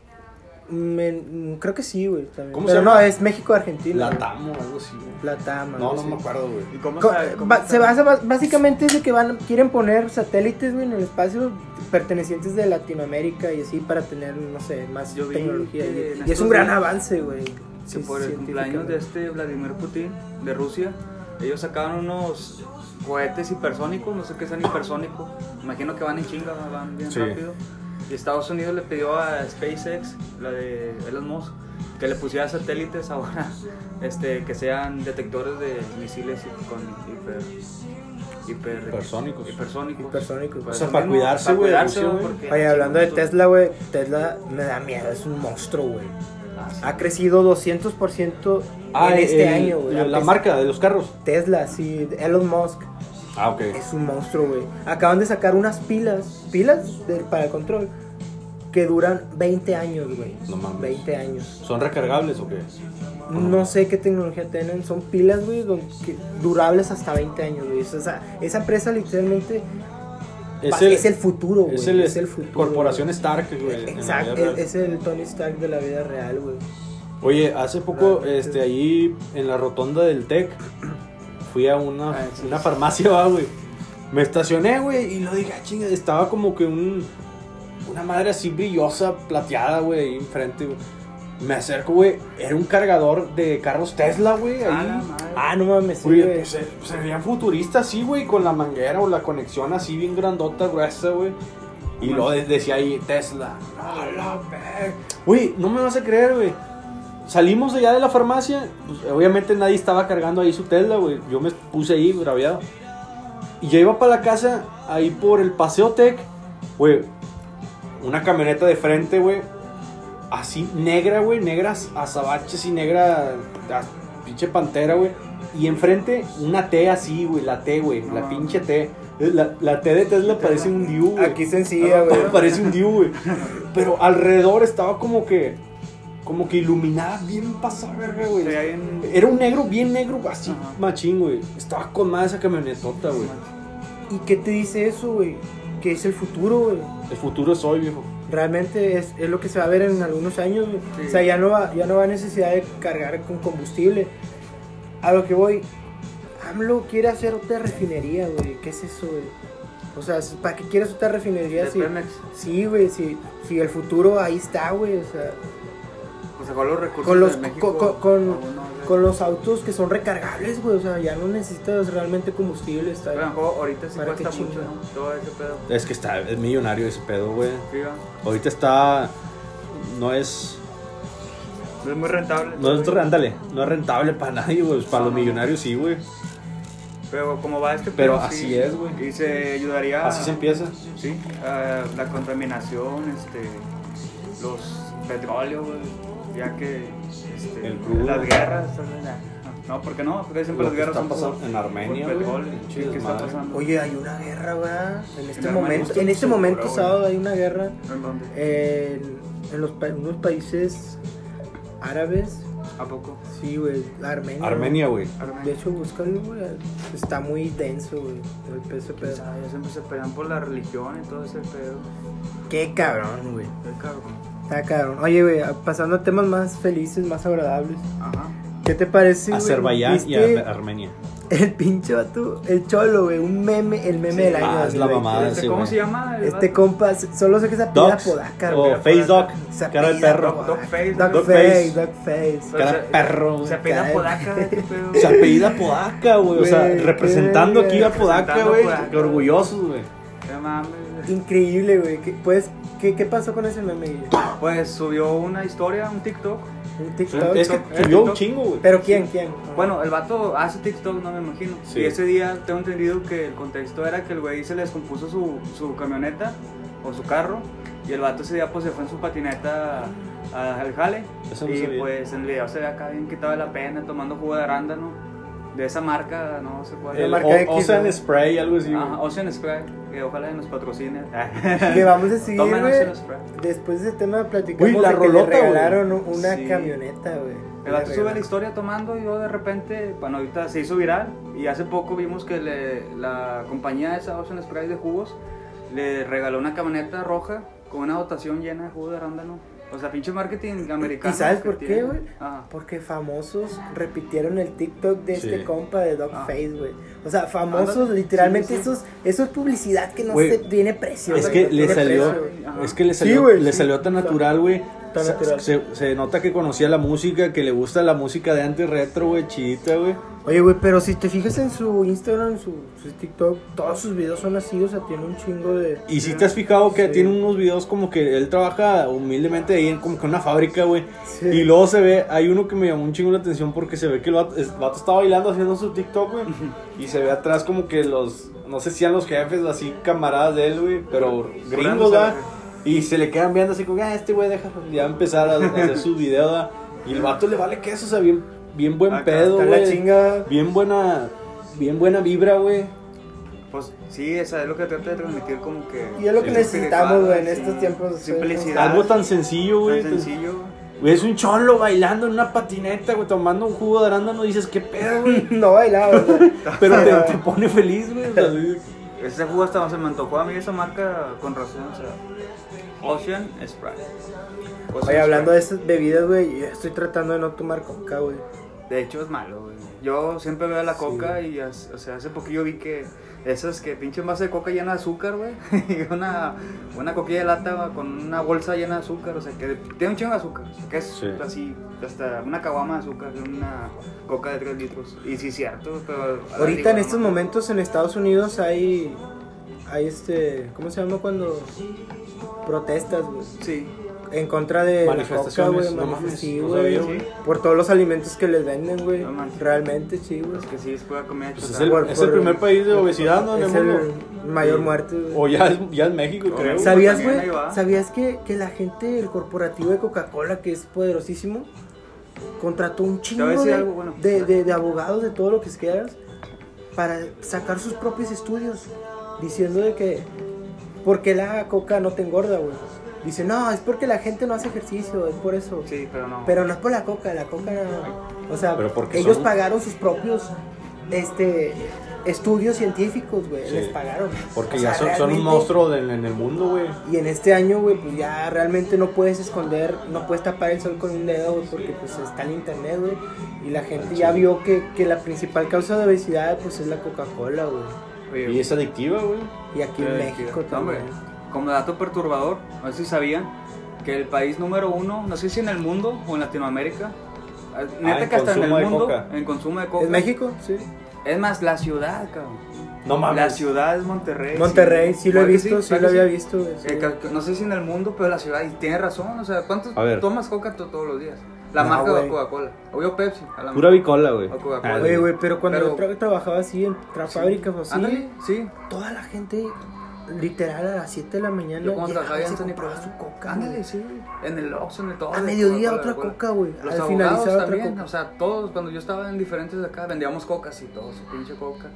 [SPEAKER 2] Mm, en- mm, creo que sí, güey. también.
[SPEAKER 3] ¿Cómo
[SPEAKER 2] Pero
[SPEAKER 3] se
[SPEAKER 2] no,
[SPEAKER 3] llama?
[SPEAKER 2] es México Argentina.
[SPEAKER 3] La
[SPEAKER 2] güey.
[SPEAKER 3] Tamo, algo así, güey.
[SPEAKER 2] La Tama.
[SPEAKER 3] No,
[SPEAKER 2] güey,
[SPEAKER 3] no
[SPEAKER 2] sí.
[SPEAKER 3] me acuerdo, güey.
[SPEAKER 1] ¿Y cómo
[SPEAKER 2] Co-
[SPEAKER 1] está- cómo
[SPEAKER 2] va-
[SPEAKER 1] está?
[SPEAKER 2] se basa ba- básicamente es de que van quieren poner satélites güey, en el espacio pertenecientes de Latinoamérica y así para tener no sé más
[SPEAKER 1] Yo vi
[SPEAKER 2] tecnología
[SPEAKER 1] que
[SPEAKER 2] y-
[SPEAKER 1] en
[SPEAKER 2] y, es
[SPEAKER 1] estos
[SPEAKER 2] un gran
[SPEAKER 1] días-
[SPEAKER 2] avance güey
[SPEAKER 1] que por el cumpleaños de este Vladimir Putin de Rusia, ellos sacaron unos cohetes hipersónicos, no sé qué sean hipersónicos, imagino que van en chinga, van bien
[SPEAKER 3] Sí.
[SPEAKER 1] rápido. Y Estados Unidos le pidió a SpaceX, la de Elon Musk, que le pusiera satélites ahora, este, que sean detectores de misiles y- con hiper, hiper-
[SPEAKER 3] Hipersónicos.
[SPEAKER 1] hipersónicos.
[SPEAKER 2] Hipersónicos.
[SPEAKER 1] Pues
[SPEAKER 3] O sea,
[SPEAKER 1] lo
[SPEAKER 3] para
[SPEAKER 1] mismo,
[SPEAKER 3] cuidarse,
[SPEAKER 1] para
[SPEAKER 3] güey,
[SPEAKER 1] cuidarse,
[SPEAKER 3] Rusia,
[SPEAKER 1] güey,
[SPEAKER 3] güey.
[SPEAKER 1] porque-
[SPEAKER 2] Oye, hablando de Tesla, güey, Tesla me da miedo, es un monstruo, güey.
[SPEAKER 1] Ah, sí.
[SPEAKER 2] Ha crecido 200% en
[SPEAKER 3] el-
[SPEAKER 2] este
[SPEAKER 3] Ah, el-
[SPEAKER 2] año, güey.
[SPEAKER 3] eh, La, la
[SPEAKER 2] Antes-
[SPEAKER 3] marca de los carros.
[SPEAKER 2] Tesla, sí, Elon Musk.
[SPEAKER 3] Ah, ok.
[SPEAKER 2] Es un monstruo, güey. Acaban de sacar unas pilas, pilas de- para el control, que duran 20 años, güey.
[SPEAKER 3] No mames.
[SPEAKER 2] 20 años.
[SPEAKER 3] ¿Son recargables o qué?
[SPEAKER 2] No sé qué tecnología tienen, son pilas, güey, don- que- durables hasta 20 años, güey. O sea, esa empresa literalmente va- es el, futuro, güey.
[SPEAKER 3] es el-
[SPEAKER 2] es el futuro.
[SPEAKER 3] Corporación Stark, güey. en la
[SPEAKER 2] güey. Exacto,
[SPEAKER 3] vida
[SPEAKER 2] es,
[SPEAKER 3] real.
[SPEAKER 2] es el Tony Stark de la vida real, güey.
[SPEAKER 3] Oye, hace poco, este, ahí en la rotonda del TEC, fui a una,
[SPEAKER 1] Ah, sí,
[SPEAKER 3] una
[SPEAKER 1] sí.
[SPEAKER 3] farmacia, va, güey. Me estacioné, güey, y lo dije, ah, chinga, estaba como que un, una madre así brillosa, plateada, güey, ahí enfrente, güey. Me acerco, güey, era un cargador de carros Tesla, güey,
[SPEAKER 1] Ah,
[SPEAKER 3] ahí.
[SPEAKER 1] la madre.
[SPEAKER 2] Ah, no mames, sí,
[SPEAKER 3] Güey,
[SPEAKER 2] güey.
[SPEAKER 3] pues, se, se veían futuristas, sí, güey, con la manguera o la conexión así bien grandota, gruesa, güey. Y
[SPEAKER 1] Ajá.
[SPEAKER 3] lo decía ahí, Tesla. ¡A la ver- Güey, no me vas a creer, güey. Salimos de allá de la farmacia, pues, obviamente nadie estaba cargando ahí su Tesla, güey. Yo me puse ahí, braviado. Y yo iba para la casa, ahí por el Paseo Tech, güey. Una camioneta de frente, güey. Así, negra, güey, negras azabaches y negra, a- pinche pantera, güey. Y enfrente, una T así, güey, la T, güey,
[SPEAKER 1] No
[SPEAKER 3] la
[SPEAKER 1] mames.
[SPEAKER 3] pinche T. La, la T de Tesla parece un Diu, güey.
[SPEAKER 2] Aquí
[SPEAKER 3] Ah,
[SPEAKER 2] sencilla, güey.
[SPEAKER 3] Parece un Diu, güey. Pero alrededor estaba como que, como que iluminada, bien pasada, verga, güey.
[SPEAKER 1] Traía bien-
[SPEAKER 3] Era un negro, bien negro, así,
[SPEAKER 1] Ajá.
[SPEAKER 3] machín, güey. Estaba con más esa camionetota, güey.
[SPEAKER 2] ¿Y qué te dice eso, güey? Que es el futuro, güey.
[SPEAKER 3] El futuro es hoy, viejo.
[SPEAKER 2] Realmente es, es lo que se va a ver en algunos años, güey.
[SPEAKER 1] Sí.
[SPEAKER 2] O sea, ya no, va, ya no va a necesidad de cargar con combustible. A lo que voy, AMLO quiere hacer otra refinería, güey. ¿Qué es eso, güey? O sea, ¿para qué quieres otra refinería?
[SPEAKER 1] De
[SPEAKER 2] si-
[SPEAKER 1] Pemex.
[SPEAKER 2] Sí, güey, sí, sí, el futuro ahí está, güey, o sea,
[SPEAKER 1] O sea, con los recursos
[SPEAKER 2] con los,
[SPEAKER 1] de México, Ah,
[SPEAKER 2] con, con-
[SPEAKER 1] aún no, güey.
[SPEAKER 2] con los autos que son recargables, güey, o sea, ya no necesitas realmente combustible, está
[SPEAKER 1] A lo mejor ahorita sí
[SPEAKER 2] Para qué
[SPEAKER 1] cuesta mucho
[SPEAKER 2] chingo.
[SPEAKER 1] ¿no? todo ese pedo.
[SPEAKER 3] Es que está, es millonario ese pedo, güey.
[SPEAKER 1] Sí, va.
[SPEAKER 3] Ahorita está, no es,
[SPEAKER 1] No es muy rentable.
[SPEAKER 3] no es, ándale, no es rentable para nadie, güey. Pues Para los millonarios sí, güey.
[SPEAKER 1] Pero como va este
[SPEAKER 3] Pero
[SPEAKER 1] pedo,
[SPEAKER 3] así
[SPEAKER 1] sí.
[SPEAKER 3] es, güey.
[SPEAKER 1] Y se ayudaría.
[SPEAKER 3] Así se empieza.
[SPEAKER 1] Sí, ah, la contaminación, este, los petróleo, güey, ya que este,
[SPEAKER 3] El crudo.
[SPEAKER 1] las guerras, también, ah, no, ¿por qué no? Porque siempre las
[SPEAKER 3] Lo que
[SPEAKER 1] guerras
[SPEAKER 3] está
[SPEAKER 1] son
[SPEAKER 3] pasando
[SPEAKER 1] por-
[SPEAKER 3] en Armenia,
[SPEAKER 1] por
[SPEAKER 3] güey,
[SPEAKER 1] petróleo, sí,
[SPEAKER 3] pinche
[SPEAKER 1] ¿qué está
[SPEAKER 3] desmadre.
[SPEAKER 1] pasando?
[SPEAKER 2] Oye, hay una guerra, güey, en este
[SPEAKER 1] Hermano,
[SPEAKER 2] momento,
[SPEAKER 1] estoy
[SPEAKER 2] en este
[SPEAKER 1] seguro,
[SPEAKER 2] momento,
[SPEAKER 1] güey.
[SPEAKER 2] sábado, hay una guerra
[SPEAKER 1] ¿En dónde?
[SPEAKER 2] en, en los, pa- unos países árabes,
[SPEAKER 1] ¿A poco?
[SPEAKER 2] sí, güey, Armenia.
[SPEAKER 3] Armenia, güey.
[SPEAKER 1] Armenia.
[SPEAKER 2] De hecho, búscalo, güey, está muy denso, güey, el peso,
[SPEAKER 1] ¿Quién
[SPEAKER 2] peso.
[SPEAKER 1] sabe? siempre Pues se pelean por la religión y todo ese pedo.
[SPEAKER 2] Qué cabrón, güey.
[SPEAKER 1] Qué cabrón.
[SPEAKER 2] Está cabrón. Oye, güey, pasando a temas más felices, más agradables.
[SPEAKER 1] Ajá.
[SPEAKER 2] ¿Qué te parece, güey?
[SPEAKER 3] Azerbaiyán y
[SPEAKER 2] ¿Viste
[SPEAKER 3] Ar- Armenia.
[SPEAKER 2] El pinche vato, el cholo, güey, un meme, el meme
[SPEAKER 1] Sí.
[SPEAKER 2] del año.
[SPEAKER 3] Ah, es la
[SPEAKER 2] 2020.
[SPEAKER 3] mamada. Ah,
[SPEAKER 1] Este,
[SPEAKER 3] sí,
[SPEAKER 1] ¿Cómo
[SPEAKER 3] güey.
[SPEAKER 1] se llama? el
[SPEAKER 2] Este
[SPEAKER 1] vato?
[SPEAKER 2] compa, solo sé que se apellida
[SPEAKER 3] Dogs
[SPEAKER 2] Podaca,
[SPEAKER 3] o
[SPEAKER 2] güey.
[SPEAKER 3] Face Dog,
[SPEAKER 2] Se
[SPEAKER 3] cara de
[SPEAKER 2] apellida
[SPEAKER 3] perro.
[SPEAKER 2] Podaca.
[SPEAKER 1] Dog Face,
[SPEAKER 2] Dog
[SPEAKER 3] Dog
[SPEAKER 2] Face,
[SPEAKER 3] Face.
[SPEAKER 2] Dog Face.
[SPEAKER 1] Pero
[SPEAKER 3] Cara
[SPEAKER 1] se-
[SPEAKER 3] perro, güey.
[SPEAKER 1] Se apela
[SPEAKER 2] Cae.
[SPEAKER 1] podaca, qué pedo.
[SPEAKER 3] Se apellida Podaca, güey. O sea,
[SPEAKER 2] Güey, qué
[SPEAKER 3] representando aquí a
[SPEAKER 2] verga.
[SPEAKER 3] Podaca,
[SPEAKER 1] Representando
[SPEAKER 3] güey.
[SPEAKER 1] Podaca.
[SPEAKER 3] Qué orgullosos, güey.
[SPEAKER 1] No mames.
[SPEAKER 2] Increíble, güey. ¿Qué, pues, ¿qué, ¿Qué pasó con ese meme, güey?
[SPEAKER 1] Pues subió una historia, un TikTok.
[SPEAKER 2] Un TikTok.
[SPEAKER 3] Es que
[SPEAKER 1] TikTok,
[SPEAKER 3] subió un
[SPEAKER 1] TikTok.
[SPEAKER 3] chingo, güey.
[SPEAKER 2] Pero ¿quién, quién?
[SPEAKER 1] Bueno, el vato hace TikTok, no me imagino.
[SPEAKER 3] Sí.
[SPEAKER 1] Y ese día tengo entendido que el contexto era que el güey se le descompuso su, su camioneta o su carro. Y el vato ese día pues se fue en su patineta a- al jale.
[SPEAKER 3] Eso no
[SPEAKER 1] y
[SPEAKER 3] sabía.
[SPEAKER 1] pues en el video se ve acá bien quitado de la pena tomando jugo de arándano. De esa marca, no sé cuál.
[SPEAKER 3] El
[SPEAKER 2] marca
[SPEAKER 3] O-
[SPEAKER 2] X, ¿no?
[SPEAKER 3] Ocean Spray, algo así, güey.
[SPEAKER 1] Ajá, Ocean Spray, que ojalá nos patrocine.
[SPEAKER 2] Que vamos a seguir,
[SPEAKER 1] Tomen
[SPEAKER 2] güey.
[SPEAKER 1] Ocean Spray.
[SPEAKER 2] Después de ese tema platicamos
[SPEAKER 3] Uy, la
[SPEAKER 2] de que
[SPEAKER 3] rolota,
[SPEAKER 2] le
[SPEAKER 3] güey.
[SPEAKER 2] regalaron una
[SPEAKER 1] Sí.
[SPEAKER 2] camioneta, güey.
[SPEAKER 1] El vato sube la historia tomando y yo de repente, bueno, ahorita se hizo viral y hace poco vimos que le- la compañía esa Ocean Spray de jugos le regaló una camioneta roja con una dotación llena de jugo de arándano. O sea, pinche marketing americano.
[SPEAKER 2] ¿Y sabes
[SPEAKER 1] que
[SPEAKER 2] por qué,
[SPEAKER 1] tiene.
[SPEAKER 2] güey?
[SPEAKER 1] Ah,
[SPEAKER 2] Porque famosos repitieron el TikTok de este
[SPEAKER 3] Sí.
[SPEAKER 2] compa de Dog
[SPEAKER 1] Ah.
[SPEAKER 2] Face, güey. O sea, famosos,
[SPEAKER 1] Ándale.
[SPEAKER 2] literalmente,
[SPEAKER 1] Sí, sí, sí.
[SPEAKER 2] Esos, eso es publicidad que no
[SPEAKER 3] Güey,
[SPEAKER 2] se tiene precio.
[SPEAKER 3] Es
[SPEAKER 2] güey,
[SPEAKER 3] que
[SPEAKER 2] no
[SPEAKER 3] le
[SPEAKER 2] tiene
[SPEAKER 3] salió,
[SPEAKER 2] precio, güey.
[SPEAKER 1] Ajá.
[SPEAKER 3] es que le
[SPEAKER 2] Sí,
[SPEAKER 3] salió,
[SPEAKER 2] güey,
[SPEAKER 3] le
[SPEAKER 2] sí.
[SPEAKER 3] salió tan natural, güey.
[SPEAKER 2] Tan
[SPEAKER 3] Se-
[SPEAKER 2] natural.
[SPEAKER 3] Se, se nota que conocía la música, que le gusta la música de antes retro, güey, chidita, güey.
[SPEAKER 2] Oye, güey, pero si te fijas en su Instagram, su, su TikTok, todos sus videos son así, o sea, tiene un chingo de...
[SPEAKER 3] Y si te has fijado que
[SPEAKER 2] Sí.
[SPEAKER 3] tiene unos videos como que él trabaja humildemente ahí en como que una fábrica, güey.
[SPEAKER 2] Sí.
[SPEAKER 3] Y luego se ve, hay uno que me llamó un chingo la atención porque se ve que el vato, el vato está bailando haciendo su TikTok, güey. Y se ve atrás como que los, no sé si eran los jefes o así camaradas de él, güey, pero gringos,
[SPEAKER 1] Curándose,
[SPEAKER 3] ¿verdad? Y se le quedan viendo así como, ah, este güey deja ya empezar a, a hacer su video, ¿verdad? Y el vato le vale queso, o sea, bien, bien buen
[SPEAKER 1] Acá
[SPEAKER 3] pedo,
[SPEAKER 2] Está la
[SPEAKER 3] güey.
[SPEAKER 2] chinga...
[SPEAKER 3] Bien buena, bien buena vibra, güey.
[SPEAKER 1] Pues sí, esa es lo que trata de transmitir como que...
[SPEAKER 2] Y es lo que
[SPEAKER 1] Sí.
[SPEAKER 2] necesitamos, güey, en
[SPEAKER 1] Sí.
[SPEAKER 2] estos tiempos. güey.
[SPEAKER 1] Simplicidad.
[SPEAKER 3] Algo tan sencillo, güey. pues.
[SPEAKER 1] Tan sencillo.
[SPEAKER 3] Güey, Es un cholo bailando en una patineta, güey, tomando un jugo de arándano y dices, qué pedo, güey.
[SPEAKER 2] No bailaba, güey.
[SPEAKER 3] Pero te, te pone feliz, güey. o sea, sí.
[SPEAKER 1] Ese jugo hasta se me antojó a mí esa marca con razón, o sea...
[SPEAKER 3] Oh.
[SPEAKER 1] Ocean Sprite. Ocean
[SPEAKER 2] Oye, hablando de
[SPEAKER 1] Sprite.
[SPEAKER 2] estas bebidas, güey, yo estoy tratando de no tomar coca, güey.
[SPEAKER 1] De hecho, es malo, güey. Yo siempre veo la coca y, as- o sea, hace poquillo vi que esas que pinche envase de coca llena de azúcar, güey. y una, una coquilla de lata güey, con una bolsa llena de azúcar, o sea, que tiene un chingo de azúcar. o sea, que es
[SPEAKER 3] Sí.
[SPEAKER 1] así, hasta una caguama de azúcar, una coca de 3 litros. Y sí, cierto, pero.
[SPEAKER 2] Ahorita en
[SPEAKER 1] digo,
[SPEAKER 2] estos
[SPEAKER 1] no,
[SPEAKER 2] momentos en Estados Unidos hay. Hay este. ¿Cómo se llama cuando.? Protestas, güey.
[SPEAKER 1] Sí.
[SPEAKER 2] En contra de la coca, güey.
[SPEAKER 3] Manifestaciones, no
[SPEAKER 2] manifest-
[SPEAKER 3] mames,
[SPEAKER 2] sí,
[SPEAKER 3] no
[SPEAKER 2] güey.
[SPEAKER 3] sabía,
[SPEAKER 1] güey.
[SPEAKER 2] Por todos los alimentos que les venden, güey.
[SPEAKER 1] No manches.
[SPEAKER 2] Realmente, sí, güey.
[SPEAKER 1] Es que sí, es pura comida
[SPEAKER 3] Pues es
[SPEAKER 1] chatarra.
[SPEAKER 3] el, es el primer país de obesidad, ¿no? En
[SPEAKER 2] Es
[SPEAKER 3] el
[SPEAKER 2] el
[SPEAKER 3] mundo.
[SPEAKER 2] mayor
[SPEAKER 3] Sí.
[SPEAKER 2] muerte, güey.
[SPEAKER 3] O ya es, ya es México,
[SPEAKER 1] No,
[SPEAKER 3] creo.
[SPEAKER 1] güey.
[SPEAKER 2] ¿Sabías,
[SPEAKER 1] También
[SPEAKER 2] güey?
[SPEAKER 1] ahí va.
[SPEAKER 2] ¿Sabías que, que la gente, el corporativo de Coca-Cola, que es poderosísimo, contrató un chingo
[SPEAKER 1] voy a decir
[SPEAKER 2] de,
[SPEAKER 1] algo, bueno.
[SPEAKER 2] de- de- de abogados de todo lo que quieras para sacar sus propios estudios diciendo de que ¿por qué la coca no te engorda, güey? Dice, no, es porque la gente no hace ejercicio, es por eso.
[SPEAKER 1] Sí, pero no.
[SPEAKER 2] Pero no es por la coca, la coca. O sea,
[SPEAKER 3] Pero porque
[SPEAKER 2] ellos
[SPEAKER 3] son-
[SPEAKER 2] pagaron sus propios este, estudios científicos, güey.
[SPEAKER 3] Sí.
[SPEAKER 2] Les pagaron.
[SPEAKER 3] Porque
[SPEAKER 2] O sea,
[SPEAKER 3] ya son, son un
[SPEAKER 2] realmente-
[SPEAKER 3] monstruo del- en el mundo, güey.
[SPEAKER 2] Y en este año, güey, pues ya realmente no puedes esconder, no puedes tapar el sol con un dedo, güey, porque pues está en internet, güey. Y la gente ya vio que, que la principal causa de obesidad, pues es la Coca-Cola, güey.
[SPEAKER 1] Oye,
[SPEAKER 3] Y es adictiva, güey.
[SPEAKER 2] Y aquí en
[SPEAKER 1] Eh,
[SPEAKER 2] México
[SPEAKER 1] no, hombre,
[SPEAKER 2] también.
[SPEAKER 1] como dato perturbador, no sé si sabían que el país número uno, no sé si en el mundo o en Latinoamérica, eh,
[SPEAKER 2] Ah,
[SPEAKER 1] neta
[SPEAKER 3] en
[SPEAKER 1] que hasta en el
[SPEAKER 3] consumo de
[SPEAKER 1] mundo,
[SPEAKER 3] coca.
[SPEAKER 1] en consumo de coca.
[SPEAKER 2] ¿Es México? Sí.
[SPEAKER 1] Es más, la ciudad, cabrón.
[SPEAKER 3] No mames.
[SPEAKER 1] La ciudad es Monterrey.
[SPEAKER 2] Monterrey, sí lo he
[SPEAKER 1] Claro que
[SPEAKER 2] visto, sí
[SPEAKER 1] claro
[SPEAKER 2] lo
[SPEAKER 1] que
[SPEAKER 2] había
[SPEAKER 1] sí.
[SPEAKER 2] visto, güey. sí.
[SPEAKER 1] Eh, ca- no sé si en el mundo, pero la ciudad, y tiene razón, o sea, ¿cuántos
[SPEAKER 3] A ver.
[SPEAKER 1] tomas coca to- todos los días? La
[SPEAKER 2] No,
[SPEAKER 1] marca
[SPEAKER 2] güey.
[SPEAKER 1] de Coca-Cola, o yo Pepsi, a la
[SPEAKER 3] Pura
[SPEAKER 1] mejor.
[SPEAKER 3] bicola, güey.
[SPEAKER 1] O Coca-Cola.
[SPEAKER 3] Ah,
[SPEAKER 2] Güey, güey, pero cuando
[SPEAKER 1] Pero-
[SPEAKER 2] yo tra- trabajaba así en tra- fábricas o así,
[SPEAKER 1] Ándale, sí.
[SPEAKER 2] toda la gente, literal, a las 7 de la mañana,
[SPEAKER 1] Yo cuando
[SPEAKER 2] llegaba
[SPEAKER 1] trabajaba
[SPEAKER 2] y
[SPEAKER 1] en
[SPEAKER 2] se
[SPEAKER 1] Anthony
[SPEAKER 2] compraba
[SPEAKER 1] Brown.
[SPEAKER 2] su coca,
[SPEAKER 1] Ándale,
[SPEAKER 2] güey.
[SPEAKER 1] sí. En el Oxxo, en el todo.
[SPEAKER 2] A mediodía
[SPEAKER 1] Coca-Cola,
[SPEAKER 2] otra
[SPEAKER 1] Coca-Cola.
[SPEAKER 2] coca, güey.
[SPEAKER 1] Los
[SPEAKER 2] Al
[SPEAKER 1] abogados
[SPEAKER 2] finalizar otra
[SPEAKER 1] también,
[SPEAKER 2] coca.
[SPEAKER 1] o sea, todos, cuando yo estaba en diferentes acá, vendíamos cocas y todo, su pinche coca.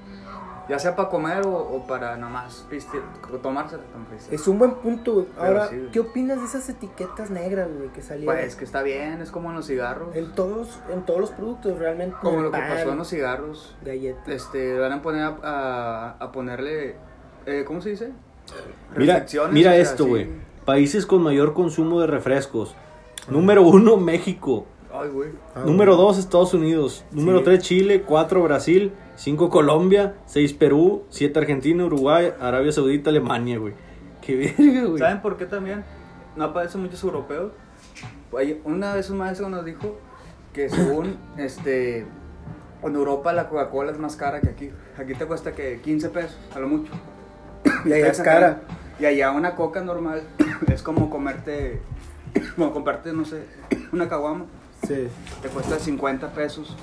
[SPEAKER 1] Ya sea para comer o, o para nada más piste- tomársela tan triste.
[SPEAKER 2] Es un buen punto, güey.
[SPEAKER 1] Pero
[SPEAKER 2] Ahora,
[SPEAKER 1] sí, güey.
[SPEAKER 2] ¿qué opinas de esas etiquetas negras, güey, que salieron?
[SPEAKER 1] Pues que está bien, es como en los cigarros.
[SPEAKER 2] en todos, en todos los productos, realmente.
[SPEAKER 1] como
[SPEAKER 2] en
[SPEAKER 1] lo que
[SPEAKER 2] pan,
[SPEAKER 1] pasó en los cigarros.
[SPEAKER 2] galletas.
[SPEAKER 1] Este, van a poner a, a- a ponerle. eh, ¿Cómo se dice?
[SPEAKER 3] Mira,
[SPEAKER 1] Restricciones, o
[SPEAKER 3] mira
[SPEAKER 1] sea,
[SPEAKER 3] esto,
[SPEAKER 1] sí.
[SPEAKER 3] güey. Países con mayor consumo de refrescos. Número uno, México.
[SPEAKER 1] Ay, Ah, güey.
[SPEAKER 3] Número dos, Estados Unidos. Número tres, Chile. Cuatro, Brasil. Cinco, Colombia. Seis, Perú. Siete, Argentina, Uruguay, Arabia Saudita, Alemania, güey. Qué verga, güey.
[SPEAKER 1] ¿Saben por qué también? No aparecen muchos europeos. Hay- Una vez un maestro nos dijo que según este en Europa la Coca-Cola es más cara que aquí. Aquí te cuesta que 15 pesos, a lo mucho.
[SPEAKER 2] Y allá es cara.
[SPEAKER 1] Y allá una coca normal es como comerte, como comprarte, no sé, una caguama.
[SPEAKER 2] Sí.
[SPEAKER 1] Te cuesta 50 pesos.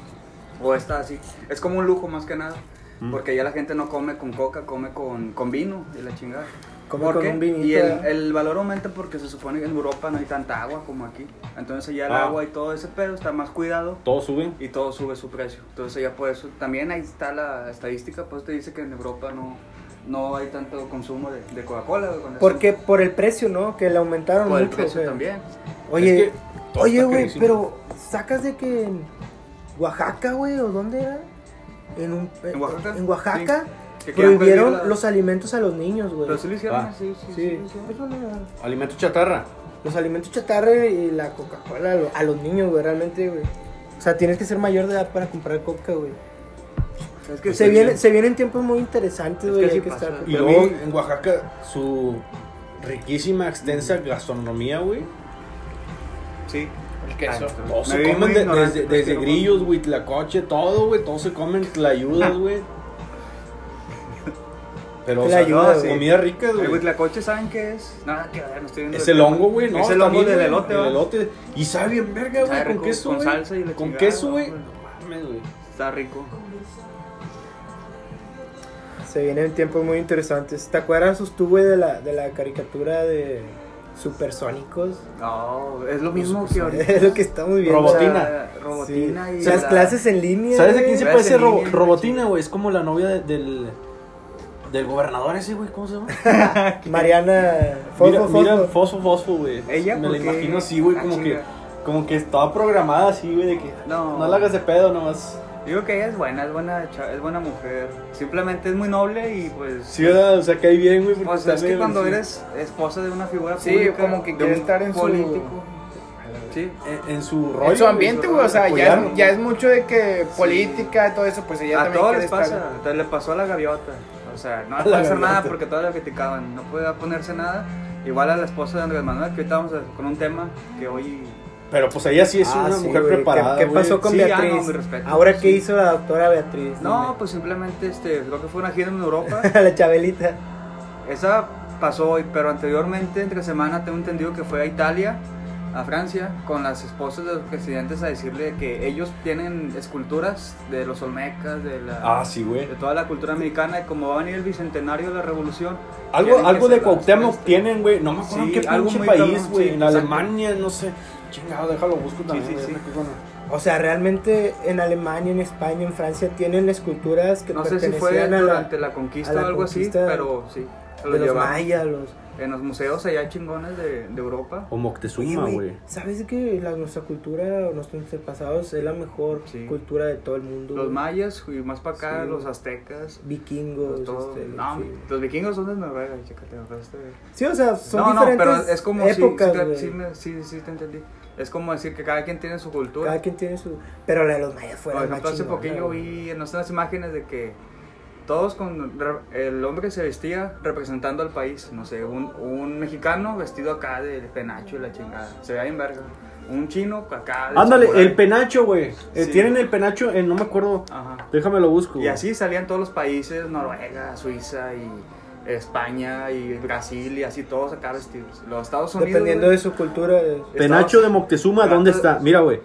[SPEAKER 1] O está así. Es como un lujo más que nada.
[SPEAKER 2] Mm.
[SPEAKER 1] Porque ya la gente no come con coca, come con, con vino y la chingada.
[SPEAKER 2] Come
[SPEAKER 1] ¿Por
[SPEAKER 2] con
[SPEAKER 1] qué?
[SPEAKER 2] un vinito,
[SPEAKER 1] Y el,
[SPEAKER 2] ¿eh?
[SPEAKER 1] el valor aumenta porque se supone que en Europa no hay tanta agua como aquí. Entonces ya el
[SPEAKER 3] Ah.
[SPEAKER 1] agua y todo ese pedo está más cuidado
[SPEAKER 3] Todos suben.
[SPEAKER 1] y todo sube su precio. Entonces ya por eso también ahí está la estadística, pues te dice que en Europa no, no hay tanto consumo de, de Coca-Cola. güey, con eso.
[SPEAKER 2] Porque por el precio, ¿no? Que le aumentaron
[SPEAKER 1] Por el
[SPEAKER 2] mucho.
[SPEAKER 1] precio
[SPEAKER 2] o sea.
[SPEAKER 1] también.
[SPEAKER 2] Oye,
[SPEAKER 3] Es que todo
[SPEAKER 2] oye,
[SPEAKER 3] está
[SPEAKER 2] güey,
[SPEAKER 3] carísimo.
[SPEAKER 2] pero sacas de que en Oaxaca, güey, o dónde era? En, un,
[SPEAKER 1] ¿En Oaxaca?
[SPEAKER 2] en Oaxaca
[SPEAKER 1] Sí. Que querían
[SPEAKER 2] prohibieron
[SPEAKER 1] prohibirla.
[SPEAKER 2] los alimentos a los niños, güey.
[SPEAKER 1] Pero sí lo hicieron,
[SPEAKER 3] Ah.
[SPEAKER 1] sí, sí, sí
[SPEAKER 2] Sí.
[SPEAKER 1] lo hicieron.
[SPEAKER 2] Eso no-
[SPEAKER 3] Alimento chatarra.
[SPEAKER 2] Los alimentos chatarra y la Coca-Cola a lo- a los niños, güey, realmente, güey. O sea, tienes que ser mayor de edad para comprar coca, güey.
[SPEAKER 1] Es que
[SPEAKER 2] Se,
[SPEAKER 1] sí,
[SPEAKER 2] viene,
[SPEAKER 1] sí.
[SPEAKER 2] se vienen tiempos muy interesantes,
[SPEAKER 1] Es
[SPEAKER 2] güey.
[SPEAKER 1] que
[SPEAKER 2] hay
[SPEAKER 1] sí
[SPEAKER 2] que
[SPEAKER 1] pasa.
[SPEAKER 2] estar-
[SPEAKER 3] Y
[SPEAKER 1] Pero
[SPEAKER 3] luego
[SPEAKER 1] a mí-
[SPEAKER 3] en Oaxaca, su riquísima, extensa gastronomía, güey.
[SPEAKER 1] Sí. Ah, El
[SPEAKER 3] Todos se comen de- desde,
[SPEAKER 1] este
[SPEAKER 3] desde grillos, güey, tlacoche, todo, güey. Todos se comen tlayudas, güey. Pero, o sea,
[SPEAKER 2] Tlayudas, sí.
[SPEAKER 3] comida rica,
[SPEAKER 1] El
[SPEAKER 3] güey.
[SPEAKER 1] huitlacoche, ¿saben qué es? Nada que ver, no estoy viendo.
[SPEAKER 3] Es el hongo, güey, ¿no?
[SPEAKER 1] Es el
[SPEAKER 3] está
[SPEAKER 1] hongo
[SPEAKER 3] bien,
[SPEAKER 1] del
[SPEAKER 3] güey,
[SPEAKER 1] elote,
[SPEAKER 3] el
[SPEAKER 1] ¿va?
[SPEAKER 3] elote. Y sabe bien verga, güey,
[SPEAKER 1] Sabe
[SPEAKER 3] con
[SPEAKER 1] rico,
[SPEAKER 3] queso,
[SPEAKER 1] con
[SPEAKER 3] güey.
[SPEAKER 1] salsa y la
[SPEAKER 3] Con
[SPEAKER 1] chingada,
[SPEAKER 3] queso, güey.
[SPEAKER 1] güey.
[SPEAKER 3] No mames, güey.
[SPEAKER 1] Está rico.
[SPEAKER 2] Se vienen tiempos muy interesantes. ¿Te acuerdas, tú, güey, de la, de la caricatura de Supersónicos?
[SPEAKER 1] No, es
[SPEAKER 3] Pues,
[SPEAKER 1] lo mismo que ahorita.
[SPEAKER 2] es lo que estamos viendo.
[SPEAKER 1] O sea,
[SPEAKER 3] Robotina.
[SPEAKER 1] Robotina
[SPEAKER 2] Sí.
[SPEAKER 1] y.
[SPEAKER 2] Las
[SPEAKER 1] la-
[SPEAKER 2] clases en línea.
[SPEAKER 3] ¿Sabes de
[SPEAKER 2] güey.
[SPEAKER 3] quién se
[SPEAKER 1] Gracias,
[SPEAKER 3] parece Ro-
[SPEAKER 1] niña,
[SPEAKER 3] Robotina,
[SPEAKER 1] chido.
[SPEAKER 3] güey? Es como la novia de- del, del gobernador ese, güey. ¿Cómo se llama?
[SPEAKER 2] Mariana
[SPEAKER 3] Mira,
[SPEAKER 2] Fosfo,
[SPEAKER 3] mira,
[SPEAKER 2] Fosfo.
[SPEAKER 3] fosfo, fosfo, güey.
[SPEAKER 1] Ella,
[SPEAKER 3] Me la
[SPEAKER 1] porque-
[SPEAKER 3] imagino así, güey,
[SPEAKER 1] Ah,
[SPEAKER 3] como que,
[SPEAKER 1] chinga.
[SPEAKER 3] como que estaba programada así, güey, de que
[SPEAKER 1] No.
[SPEAKER 3] no la hagas de pedo nomás.
[SPEAKER 1] Digo que ella es buena, es buena, cha- es buena mujer. Simplemente es muy noble y pues.
[SPEAKER 3] Sí, ¿verdad? o sea, que ahí bien, güey. porque
[SPEAKER 1] pues es que
[SPEAKER 3] también,
[SPEAKER 1] cuando
[SPEAKER 3] sí.
[SPEAKER 1] eres esposa de una figura
[SPEAKER 4] Sí,
[SPEAKER 1] pública,
[SPEAKER 4] como que
[SPEAKER 1] de
[SPEAKER 4] quiere
[SPEAKER 1] un
[SPEAKER 4] estar en su-
[SPEAKER 1] político. Sí.
[SPEAKER 3] En, en su rollo.
[SPEAKER 4] En su ambiente, güey, o sea, ya,
[SPEAKER 3] apoyarlo.
[SPEAKER 4] ya es mucho de que política y todo eso, pues ella
[SPEAKER 1] A
[SPEAKER 4] también
[SPEAKER 1] todos
[SPEAKER 4] quiere
[SPEAKER 1] les
[SPEAKER 4] estar-
[SPEAKER 1] pasa, Entonces, le pasó a la gaviota. O sea, no
[SPEAKER 3] A
[SPEAKER 1] le
[SPEAKER 3] la
[SPEAKER 1] puede hacer nada
[SPEAKER 3] gaviota.
[SPEAKER 1] porque todos la criticaban, no podía ponerse nada. Igual a la esposa de Andrés Manuel, que ahorita vamos a- con un tema que hoy.
[SPEAKER 3] Pero pues ella sí es
[SPEAKER 2] Ah,
[SPEAKER 3] una
[SPEAKER 2] sí,
[SPEAKER 3] mujer
[SPEAKER 2] güey. ¿Qué-
[SPEAKER 3] preparada.
[SPEAKER 2] ¿Qué,
[SPEAKER 3] güey.
[SPEAKER 2] pasó con
[SPEAKER 1] Sí, ya,
[SPEAKER 2] Beatriz?
[SPEAKER 1] no, mi respeto.
[SPEAKER 2] Ahora, ¿qué
[SPEAKER 1] Sí.
[SPEAKER 2] hizo la doctora Beatriz?
[SPEAKER 1] No, pues simplemente este, creo que fue una gira en Europa.
[SPEAKER 2] Dime. la Chabelita.
[SPEAKER 1] Esa pasó hoy, pero anteriormente, entre semana, tengo entendido que fue a Italia, a Francia, con las esposas de los presidentes a decirle que ellos tienen esculturas de los Olmecas, de la.
[SPEAKER 3] Ah, sí, güey.
[SPEAKER 1] de toda la cultura mexicana y como va a venir el bicentenario de la revolución
[SPEAKER 3] Algo,
[SPEAKER 1] quieren que
[SPEAKER 3] algo
[SPEAKER 1] se
[SPEAKER 3] de
[SPEAKER 1] las
[SPEAKER 3] Cuauhtémoc
[SPEAKER 1] preste.
[SPEAKER 3] tienen, güey. No me acuerdo en
[SPEAKER 1] Sí,
[SPEAKER 3] qué
[SPEAKER 1] algo
[SPEAKER 3] pinche
[SPEAKER 1] muy
[SPEAKER 3] país,
[SPEAKER 1] cabrón,
[SPEAKER 3] güey.
[SPEAKER 1] sí,
[SPEAKER 3] en
[SPEAKER 1] exacto.
[SPEAKER 3] Alemania, no sé. Chingado, déjalo, busco también.
[SPEAKER 1] sí,
[SPEAKER 3] güey,
[SPEAKER 1] sí.
[SPEAKER 3] aquí con-
[SPEAKER 2] O sea, realmente en Alemania, en España, en Francia tienen esculturas que
[SPEAKER 1] no sé si
[SPEAKER 2] pertenecían
[SPEAKER 1] fue
[SPEAKER 2] a la-
[SPEAKER 1] durante la,
[SPEAKER 2] a
[SPEAKER 1] conquista
[SPEAKER 2] la
[SPEAKER 1] o algo
[SPEAKER 2] conquista
[SPEAKER 1] así pero sí se lo
[SPEAKER 2] de los
[SPEAKER 1] llevaron.
[SPEAKER 2] mayas, los...
[SPEAKER 1] en los museos allá chingones de, de Europa
[SPEAKER 3] O
[SPEAKER 2] Oye,
[SPEAKER 3] Moctezuma,
[SPEAKER 2] güey,
[SPEAKER 3] güey.
[SPEAKER 2] ¿sabes que la, nuestra cultura, o nuestros antepasados, es la mejor
[SPEAKER 1] Sí.
[SPEAKER 2] cultura de todo el mundo?
[SPEAKER 1] los
[SPEAKER 2] güey?
[SPEAKER 1] mayas y más para acá
[SPEAKER 2] Sí.
[SPEAKER 1] los aztecas
[SPEAKER 2] Vikingos,
[SPEAKER 1] los, todo-
[SPEAKER 2] este,
[SPEAKER 1] no,
[SPEAKER 2] sí.
[SPEAKER 1] los vikingos son de Noruega chécate, el resto de-
[SPEAKER 2] Sí, o sea, son
[SPEAKER 1] no no
[SPEAKER 2] diferentes
[SPEAKER 1] pero es como si-
[SPEAKER 2] épocas,
[SPEAKER 1] si, te-
[SPEAKER 2] güey.
[SPEAKER 1] sí, me- sí, sí te entendí es como decir que cada quien tiene su cultura
[SPEAKER 2] Cada quien tiene su... Pero la de los mayas fue
[SPEAKER 1] Por
[SPEAKER 2] la más
[SPEAKER 1] ejemplo, hace
[SPEAKER 2] chingona,
[SPEAKER 1] poquillo
[SPEAKER 2] güey.
[SPEAKER 1] vi en nuestras imágenes de que todos con re- el hombre que se vestía representando al país, no sé, un, un mexicano vestido acá de penacho y la chingada, se ve bien verga. Un chino acá de
[SPEAKER 3] Ándale,
[SPEAKER 1] samurái.
[SPEAKER 3] el penacho, güey. Eh,
[SPEAKER 1] Sí.
[SPEAKER 3] tienen el penacho en, no me acuerdo.
[SPEAKER 1] Ajá.
[SPEAKER 3] Déjame lo busco.
[SPEAKER 1] Y
[SPEAKER 3] güey.
[SPEAKER 1] así salían todos los países, Noruega, Suiza y España y Brasil y así todos acá vestidos. Los Estados Unidos.
[SPEAKER 2] Dependiendo
[SPEAKER 1] güey,
[SPEAKER 2] de su cultura... eh,
[SPEAKER 3] Penacho de
[SPEAKER 1] Estados-
[SPEAKER 3] Moctezuma,
[SPEAKER 1] Ándale.
[SPEAKER 3] ¿dónde está? Mira, güey.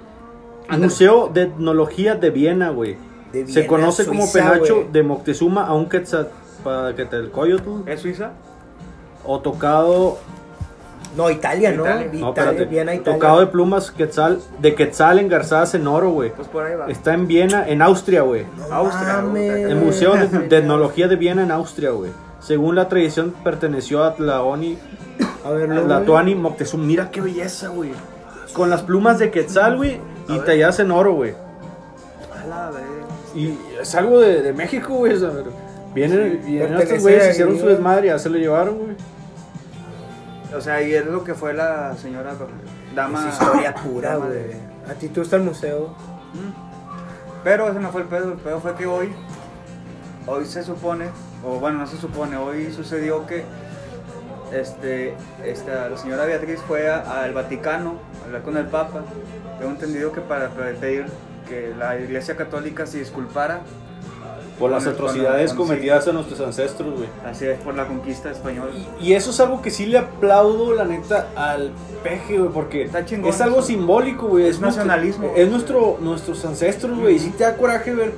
[SPEAKER 1] Ándale.
[SPEAKER 3] Museo de Etnología de Viena, güey.
[SPEAKER 2] de
[SPEAKER 3] Se
[SPEAKER 2] Viena,
[SPEAKER 3] conoce como
[SPEAKER 2] Suiza,
[SPEAKER 3] penacho
[SPEAKER 2] güey.
[SPEAKER 3] de Moctezuma a un Quetzalcoatl
[SPEAKER 1] ¿Es Suiza?
[SPEAKER 3] o tocado
[SPEAKER 2] No, Italia, ¿no?
[SPEAKER 1] Italia.
[SPEAKER 2] Italia,
[SPEAKER 3] No, espérate.
[SPEAKER 2] Viena, Italia.
[SPEAKER 3] Tocado de plumas quetzal, de quetzal engarzadas en oro, güey.
[SPEAKER 1] Pues por ahí va.
[SPEAKER 3] Está en Viena, en Austria, güey.
[SPEAKER 1] Austria,
[SPEAKER 2] mames.
[SPEAKER 1] güey.
[SPEAKER 3] El Museo de, de Etnología de Viena en Austria, güey. Según la tradición, perteneció a Tlaoni,
[SPEAKER 2] A ver, luego, güey.
[SPEAKER 3] Tlatoani Moctezuma. Mira qué belleza, güey. Con las plumas de quetzal, güey, y talladas en oro, güey.
[SPEAKER 1] A la verga.
[SPEAKER 3] Y es algo de, de México, güey. o sea, pero Vienen, vienen
[SPEAKER 2] pertenece
[SPEAKER 3] estos güeyes,
[SPEAKER 2] a-
[SPEAKER 3] hicieron su desmadre, ya se lo llevaron, güey.
[SPEAKER 1] O sea, y es lo que fue la señora dama.
[SPEAKER 2] Es historia pura,
[SPEAKER 1] dama de-
[SPEAKER 2] güey. A ti te gusta el museo.
[SPEAKER 1] Pero ese no fue el pedo, el pedo fue que hoy, hoy se supone, o bueno, no se supone, hoy sucedió que este, esta, la señora Beatriz fue a- al Vaticano a hablar con el Papa. Tengo entendido que para, para pedir que la Iglesia Católica se disculpara,
[SPEAKER 3] Por las
[SPEAKER 1] Con el- con el- con-
[SPEAKER 3] atrocidades
[SPEAKER 1] sí.
[SPEAKER 3] cometidas a nuestros ancestros, güey.
[SPEAKER 1] así es, por la conquista española.
[SPEAKER 3] Y eso es algo que sí le aplaudo, la neta, al peje, güey, porque
[SPEAKER 1] Está chingón
[SPEAKER 3] es algo
[SPEAKER 1] eso.
[SPEAKER 3] simbólico, güey.
[SPEAKER 1] Es nacionalismo.
[SPEAKER 3] Nuestro, es nuestro, nuestros ancestros, güey. Y sí te da coraje ver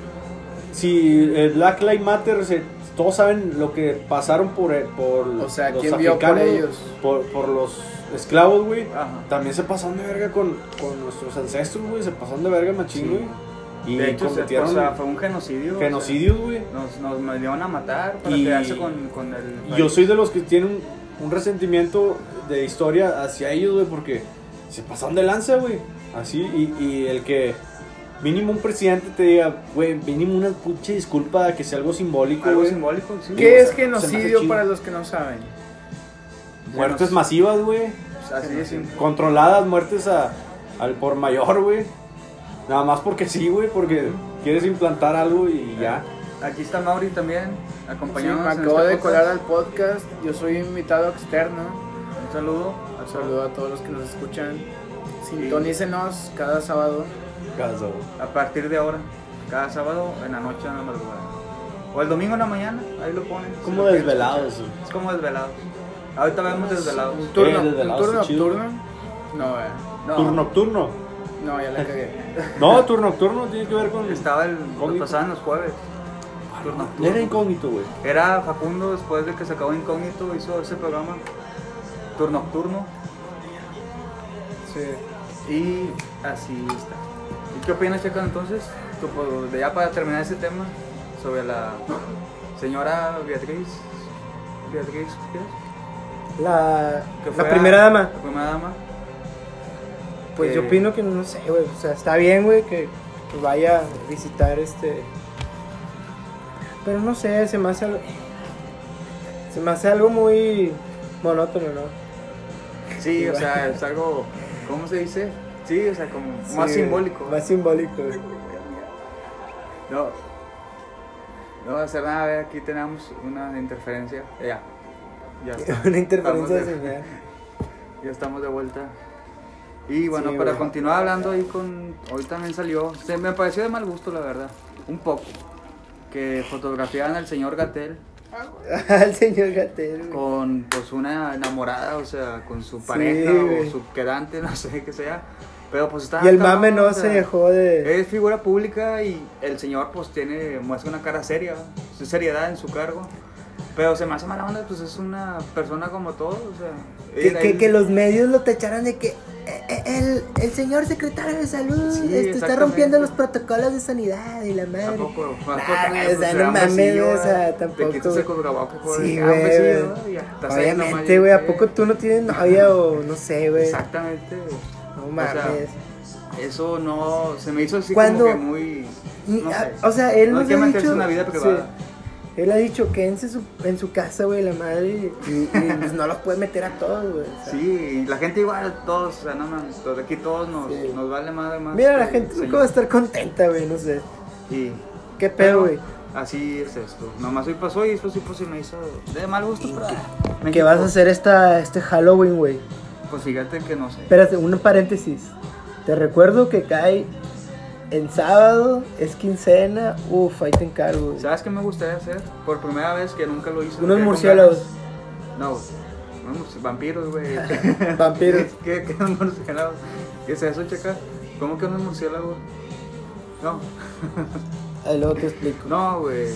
[SPEAKER 3] si el Black Lives Matter, se- todos saben lo que pasaron por, eh, por
[SPEAKER 4] O sea,
[SPEAKER 3] los
[SPEAKER 4] ¿quién vio por
[SPEAKER 3] africanos,
[SPEAKER 4] ellos?
[SPEAKER 3] Por, por los esclavos, güey.
[SPEAKER 1] Ajá.
[SPEAKER 3] También se pasaron de verga con, con nuestros ancestros, güey. Se pasaron de verga machín,
[SPEAKER 1] Sí.
[SPEAKER 3] güey. Y
[SPEAKER 1] De hecho, se-
[SPEAKER 3] cometieron
[SPEAKER 1] o sea, fue un genocidio. o sea,
[SPEAKER 3] genocidios, güey.
[SPEAKER 1] nos, nos mandaron a matar para
[SPEAKER 3] Y-
[SPEAKER 1] quedarse con, con el.
[SPEAKER 3] Y yo
[SPEAKER 1] país.
[SPEAKER 3] soy de los que tienen un resentimiento de historia hacia ellos, güey, porque se pasaron de lanza, güey. Así, y, y el que mínimo un presidente te diga, güey, mínimo una pucha disculpa, que sea algo simbólico,
[SPEAKER 1] Algo
[SPEAKER 3] güey.
[SPEAKER 1] simbólico, sí.
[SPEAKER 4] ¿Qué es
[SPEAKER 3] Se me hace
[SPEAKER 4] genocidio
[SPEAKER 3] chido.
[SPEAKER 4] para los que no saben?
[SPEAKER 3] Muertes masivas, güey.
[SPEAKER 1] Así de simple.
[SPEAKER 3] Controladas, muertes a- al por mayor, güey. Nada más porque sí, güey, porque quieres implantar algo y ya.
[SPEAKER 1] Aquí está Mauri también,
[SPEAKER 4] Sí,
[SPEAKER 1] acompañándonos.
[SPEAKER 4] me
[SPEAKER 1] en
[SPEAKER 4] acabo
[SPEAKER 1] este
[SPEAKER 4] de colar
[SPEAKER 1] podcast.
[SPEAKER 4] al podcast, yo soy invitado externo.
[SPEAKER 1] Un saludo.
[SPEAKER 4] Un saludo a todos los que nos escuchan. Sintonícenos cada sábado.
[SPEAKER 3] Caso.
[SPEAKER 1] A partir de ahora, cada sábado en la noche en la madrugada. O el domingo en la mañana, ahí lo ponen. si
[SPEAKER 3] Como
[SPEAKER 1] lo quieren
[SPEAKER 3] desvelados,
[SPEAKER 1] escuchar.
[SPEAKER 3] güey.
[SPEAKER 1] Es como desvelados. Ahorita vemos desvelados.
[SPEAKER 4] Un turno,
[SPEAKER 3] Eh, desde
[SPEAKER 4] un
[SPEAKER 3] el lado
[SPEAKER 4] turno
[SPEAKER 3] está chido.
[SPEAKER 4] nocturno. No, eh,
[SPEAKER 1] No,
[SPEAKER 3] Turno nocturno.
[SPEAKER 4] no, ya la cagué.
[SPEAKER 3] No, turno nocturno tiene que ver con.
[SPEAKER 1] Estaba el. Lo
[SPEAKER 3] Cómico.
[SPEAKER 1] pasaban los jueves. Turno nocturno.
[SPEAKER 3] Era incógnito, güey.
[SPEAKER 1] Era Facundo, después de que se acabó Incógnito, hizo ese programa. Turno nocturno.
[SPEAKER 4] Sí.
[SPEAKER 1] Y así está. ¿Y qué opinas, Checo, entonces? Tú, pues, de ya para terminar ese tema, sobre la señora Beatriz. Beatriz, ¿qué es?
[SPEAKER 2] La,
[SPEAKER 1] Que fue
[SPEAKER 2] la primera
[SPEAKER 1] a-
[SPEAKER 2] dama.
[SPEAKER 1] La primera dama.
[SPEAKER 2] Pues yo
[SPEAKER 1] que-
[SPEAKER 2] opino que no sé, güey. O sea, está bien, güey, que pues, vaya a visitar este. Pero no sé, se me hace algo. Se me hace algo muy monótono, ¿no?
[SPEAKER 1] Sí, o sea, es algo, ¿cómo se dice? Sí, o sea, como más
[SPEAKER 2] Sí,
[SPEAKER 1] simbólico.
[SPEAKER 2] Más simbólico. güey.
[SPEAKER 1] No. No va a hacer nada, a ver, aquí tenemos una interferencia. Eh, Ya. Ya, está.
[SPEAKER 2] Una interferencia de
[SPEAKER 1] Estamos de-
[SPEAKER 2] señal.
[SPEAKER 1] ya estamos de vuelta. Y bueno,
[SPEAKER 2] Sí,
[SPEAKER 1] para
[SPEAKER 2] güey.
[SPEAKER 1] continuar hablando ahí con... Hoy también salió... Se me pareció de mal gusto, la verdad. Un poco. Que fotografiaban al señor Gatel
[SPEAKER 2] Al señor Gatel.
[SPEAKER 1] con pues una enamorada, o sea, con su
[SPEAKER 2] Sí,
[SPEAKER 1] pareja
[SPEAKER 2] güey.
[SPEAKER 1] o su quedante, no sé qué sea. Pero pues estaba...
[SPEAKER 2] Y el
[SPEAKER 1] cabrón,
[SPEAKER 2] mame
[SPEAKER 1] o
[SPEAKER 2] no
[SPEAKER 1] sea,
[SPEAKER 2] se dejó de.
[SPEAKER 1] Es figura pública y el señor pues tiene, muestra una cara seria, ¿va? su seriedad en su cargo. Pero se me hace mala onda, pues es una persona como todos, o sea...
[SPEAKER 2] Que,
[SPEAKER 1] él-
[SPEAKER 2] que-
[SPEAKER 1] él-
[SPEAKER 2] que los medios lo tacharan de que. "Eh, eh, El, el señor secretario de salud
[SPEAKER 1] Sí,
[SPEAKER 2] este, está
[SPEAKER 1] exactamente.
[SPEAKER 2] rompiendo los protocolos de sanidad y la madre.
[SPEAKER 1] Tampoco, tampoco,
[SPEAKER 2] Nah,
[SPEAKER 1] güey,
[SPEAKER 2] o
[SPEAKER 1] pues, era
[SPEAKER 2] sea, Ah, no
[SPEAKER 1] un
[SPEAKER 2] mames,
[SPEAKER 1] besillo,
[SPEAKER 2] o sea,
[SPEAKER 1] ¿verdad?
[SPEAKER 2] tampoco,
[SPEAKER 1] Te quitas el
[SPEAKER 2] güey.
[SPEAKER 1] cubreboca por
[SPEAKER 2] Sí,
[SPEAKER 1] ah, un
[SPEAKER 2] güey,
[SPEAKER 1] besillo,
[SPEAKER 2] güey.
[SPEAKER 1] ¿no? Ya, estás ahí nomás,
[SPEAKER 2] Obviamente,
[SPEAKER 1] ya,
[SPEAKER 2] güey, ¿a
[SPEAKER 1] eh.
[SPEAKER 2] poco tú no tienes novia o no sé, güey?
[SPEAKER 1] Exactamente.
[SPEAKER 2] No
[SPEAKER 1] O
[SPEAKER 2] mames.
[SPEAKER 1] sea, eso no, se me hizo así
[SPEAKER 2] ¿Cuándo?
[SPEAKER 1] como que muy...
[SPEAKER 2] Ni-
[SPEAKER 1] no
[SPEAKER 2] ah,
[SPEAKER 1] sé.
[SPEAKER 2] o sea, él
[SPEAKER 1] no hay
[SPEAKER 2] nos
[SPEAKER 1] que
[SPEAKER 2] ha
[SPEAKER 1] meterse
[SPEAKER 2] dicho-
[SPEAKER 1] en una vida
[SPEAKER 2] sí.
[SPEAKER 1] privada.
[SPEAKER 2] Él ha dicho que en su, en su casa, güey, la madre, y, y, pues, no los puede meter a todos, güey. o sea.
[SPEAKER 1] Sí, y la gente igual, todos, o sea, no mames, to- aquí todos nos,
[SPEAKER 2] Sí.
[SPEAKER 1] nos vale madre más.
[SPEAKER 2] Mira, la
[SPEAKER 1] que
[SPEAKER 2] gente
[SPEAKER 1] el este,
[SPEAKER 2] nunca
[SPEAKER 1] señor.
[SPEAKER 2] va a estar contenta, güey, no sé.
[SPEAKER 1] Y,
[SPEAKER 2] ¿Qué pedo,
[SPEAKER 1] pero,
[SPEAKER 2] güey?
[SPEAKER 1] así es esto. Nomás hoy pasó y eso sí, pues sí me hizo de mal gusto. pues. Pero,
[SPEAKER 2] ¿Qué
[SPEAKER 1] México,
[SPEAKER 2] vas a hacer esta, este Halloween, güey?
[SPEAKER 1] Pues fíjate que no sé.
[SPEAKER 2] Espérate, un paréntesis. Te recuerdo que cae en sábado, es quincena. Uf, ahí te encargo, güey.
[SPEAKER 1] ¿Sabes qué me gustaría hacer? Por primera vez que nunca lo hice. me
[SPEAKER 2] Unos
[SPEAKER 1] quedé con
[SPEAKER 2] murciélagos,
[SPEAKER 1] ganas. No, unos murci- vampiros, güey.
[SPEAKER 2] vampiros.
[SPEAKER 1] ¿Qué, qué unos murciélagos? ¿Qué es eso, checa? ¿Cómo que unos murciélagos? No,
[SPEAKER 2] Ahí luego te explico.
[SPEAKER 1] no, güey.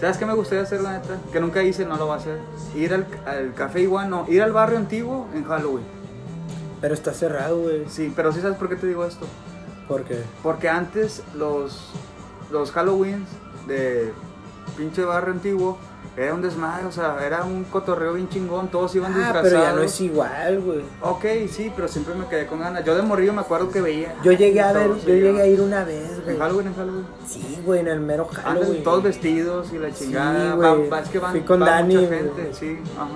[SPEAKER 1] ¿Sabes qué me gustaría hacer, la neta? Que nunca hice, no lo va a hacer. Ir al, al café iguano, ir al barrio antiguo en Halloween.
[SPEAKER 2] Pero está cerrado, güey.
[SPEAKER 1] Sí, pero sí sabes por qué te digo esto.
[SPEAKER 2] ¿Por qué?
[SPEAKER 1] Porque antes los, los Halloweens de pinche barrio antiguo era un desmadre, o sea, era un cotorreo bien chingón, todos iban
[SPEAKER 2] Ah,
[SPEAKER 1] disfrazados.
[SPEAKER 2] pero ya no es igual, güey.
[SPEAKER 1] Ok, sí, pero siempre me quedé con ganas. Yo de morrillo me acuerdo que veía.
[SPEAKER 2] Yo llegué a ver,
[SPEAKER 1] Todos
[SPEAKER 2] yo
[SPEAKER 1] se
[SPEAKER 2] llegué a
[SPEAKER 1] llevaban-
[SPEAKER 2] ir una vez, güey.
[SPEAKER 1] En Halloween, en Halloween.
[SPEAKER 2] Sí, güey, en el mero
[SPEAKER 1] Andan
[SPEAKER 2] Halloween.
[SPEAKER 1] todos vestidos y la chingada.
[SPEAKER 2] Sí,
[SPEAKER 1] va-
[SPEAKER 2] güey.
[SPEAKER 1] va- es que van,
[SPEAKER 2] Fui con
[SPEAKER 1] va
[SPEAKER 2] Dani,
[SPEAKER 1] mucha
[SPEAKER 2] güey.
[SPEAKER 1] gente, sí, ajá.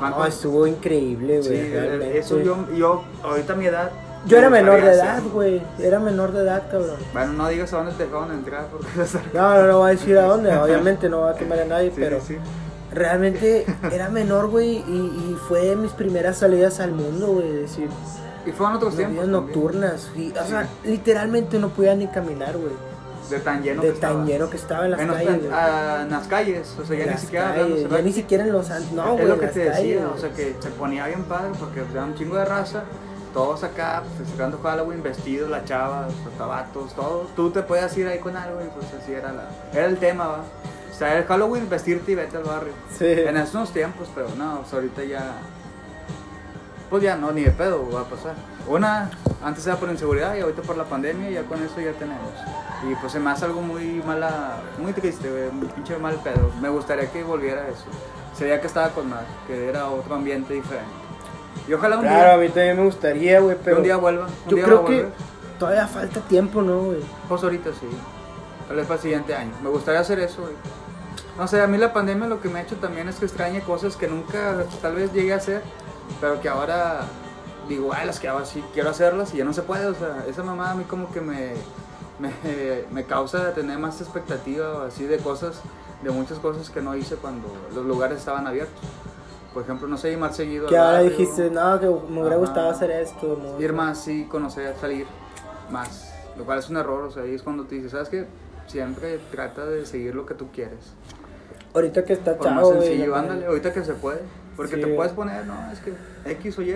[SPEAKER 1] Van
[SPEAKER 2] No,
[SPEAKER 1] con-
[SPEAKER 2] estuvo increíble,
[SPEAKER 1] sí, eh,
[SPEAKER 2] güey. realmente.
[SPEAKER 1] eso yo, yo, ahorita a mi edad.
[SPEAKER 2] Yo era
[SPEAKER 1] me
[SPEAKER 2] menor de
[SPEAKER 1] gustaría
[SPEAKER 2] edad,
[SPEAKER 1] hacer.
[SPEAKER 2] güey. Era menor de edad, cabrón.
[SPEAKER 1] Bueno, no digas a dónde te dejaron entrar porque vas a estar-
[SPEAKER 2] No, no, no voy a decir a dónde. Obviamente no va a quemar a nadie,
[SPEAKER 1] Sí,
[SPEAKER 2] pero
[SPEAKER 1] sí, sí.
[SPEAKER 2] realmente era menor, güey. Y, y fue de mis primeras salidas al mundo, güey. Es decir,
[SPEAKER 1] Y fueron otros tiempos.
[SPEAKER 2] salidas
[SPEAKER 1] Pues también,
[SPEAKER 2] nocturnas. y, o sea, literalmente no podía ni caminar, güey.
[SPEAKER 1] De tan lleno
[SPEAKER 2] De
[SPEAKER 1] que
[SPEAKER 2] tan
[SPEAKER 1] estaba.
[SPEAKER 2] lleno que estaba en las
[SPEAKER 1] En los-
[SPEAKER 2] calles, güey.
[SPEAKER 1] ah, en las calles, o sea, ya
[SPEAKER 2] En
[SPEAKER 1] ni
[SPEAKER 2] las
[SPEAKER 1] siquiera
[SPEAKER 2] calles,
[SPEAKER 1] hablando,
[SPEAKER 2] ya
[SPEAKER 1] ¿verdad?
[SPEAKER 2] ni siquiera en los an- No, güey.
[SPEAKER 1] es lo
[SPEAKER 2] en
[SPEAKER 1] que
[SPEAKER 2] las
[SPEAKER 1] te decía,
[SPEAKER 2] calles,
[SPEAKER 1] o sea, que se ponía bien padre porque era un chingo de raza, todos acá, pues, sacando Halloween, vestidos, la chava, los tabatos, todos. Tú te podías ir ahí con algo y pues así era, la, era el tema, ¿va? O sea, el Halloween, vestirte y vete al barrio.
[SPEAKER 2] Sí.
[SPEAKER 1] En esos tiempos, pero no, o sea, ahorita ya. Pues ya no, ni de pedo va a pasar. Una, antes era por inseguridad y ahorita por la pandemia, ya con eso ya tenemos. Y pues se me hace algo muy mala, muy triste, güey, un pinche mal pedo. Me gustaría que volviera a eso. Sería que estaba con más, que era otro ambiente diferente. Y ojalá un
[SPEAKER 2] Claro, a
[SPEAKER 1] día,
[SPEAKER 2] mí también me gustaría, güey,
[SPEAKER 1] que
[SPEAKER 2] pero.
[SPEAKER 1] un día vuelva. Un
[SPEAKER 2] Yo
[SPEAKER 1] día
[SPEAKER 2] creo
[SPEAKER 1] va a
[SPEAKER 2] que
[SPEAKER 1] volver.
[SPEAKER 2] todavía falta tiempo, ¿no, güey?
[SPEAKER 1] Pues ahorita sí. Tal vez para el siguiente año. Me gustaría hacer eso. güey. No sé, a mí la pandemia lo que me ha hecho también es que extrañe cosas que nunca tal vez llegué a hacer, pero que ahora digo, ay, las que ahora sí quiero hacerlas y ya no se puede. O sea, esa mamada a mí como que me, me, me causa tener más expectativa así de cosas, de muchas cosas que no hice cuando los lugares estaban abiertos. Por ejemplo, no sé, ir más seguido. al
[SPEAKER 2] Que ahora
[SPEAKER 1] barrio,
[SPEAKER 2] dijiste, no, que me hubiera
[SPEAKER 1] Ajá.
[SPEAKER 2] gustado hacer esto. ¿no?
[SPEAKER 1] ir más y conocer, salir más, lo cual es un error, o sea, ahí es cuando te dices, ¿sabes qué? Siempre trata de seguir lo que tú quieres.
[SPEAKER 2] Ahorita que está
[SPEAKER 1] Por más
[SPEAKER 2] chavo, güey.
[SPEAKER 1] sencillo,
[SPEAKER 2] la
[SPEAKER 1] ándale,
[SPEAKER 2] madre.
[SPEAKER 1] ahorita que se puede, porque
[SPEAKER 2] Sí,
[SPEAKER 1] te
[SPEAKER 2] güey.
[SPEAKER 1] puedes poner, no, es que X o Y,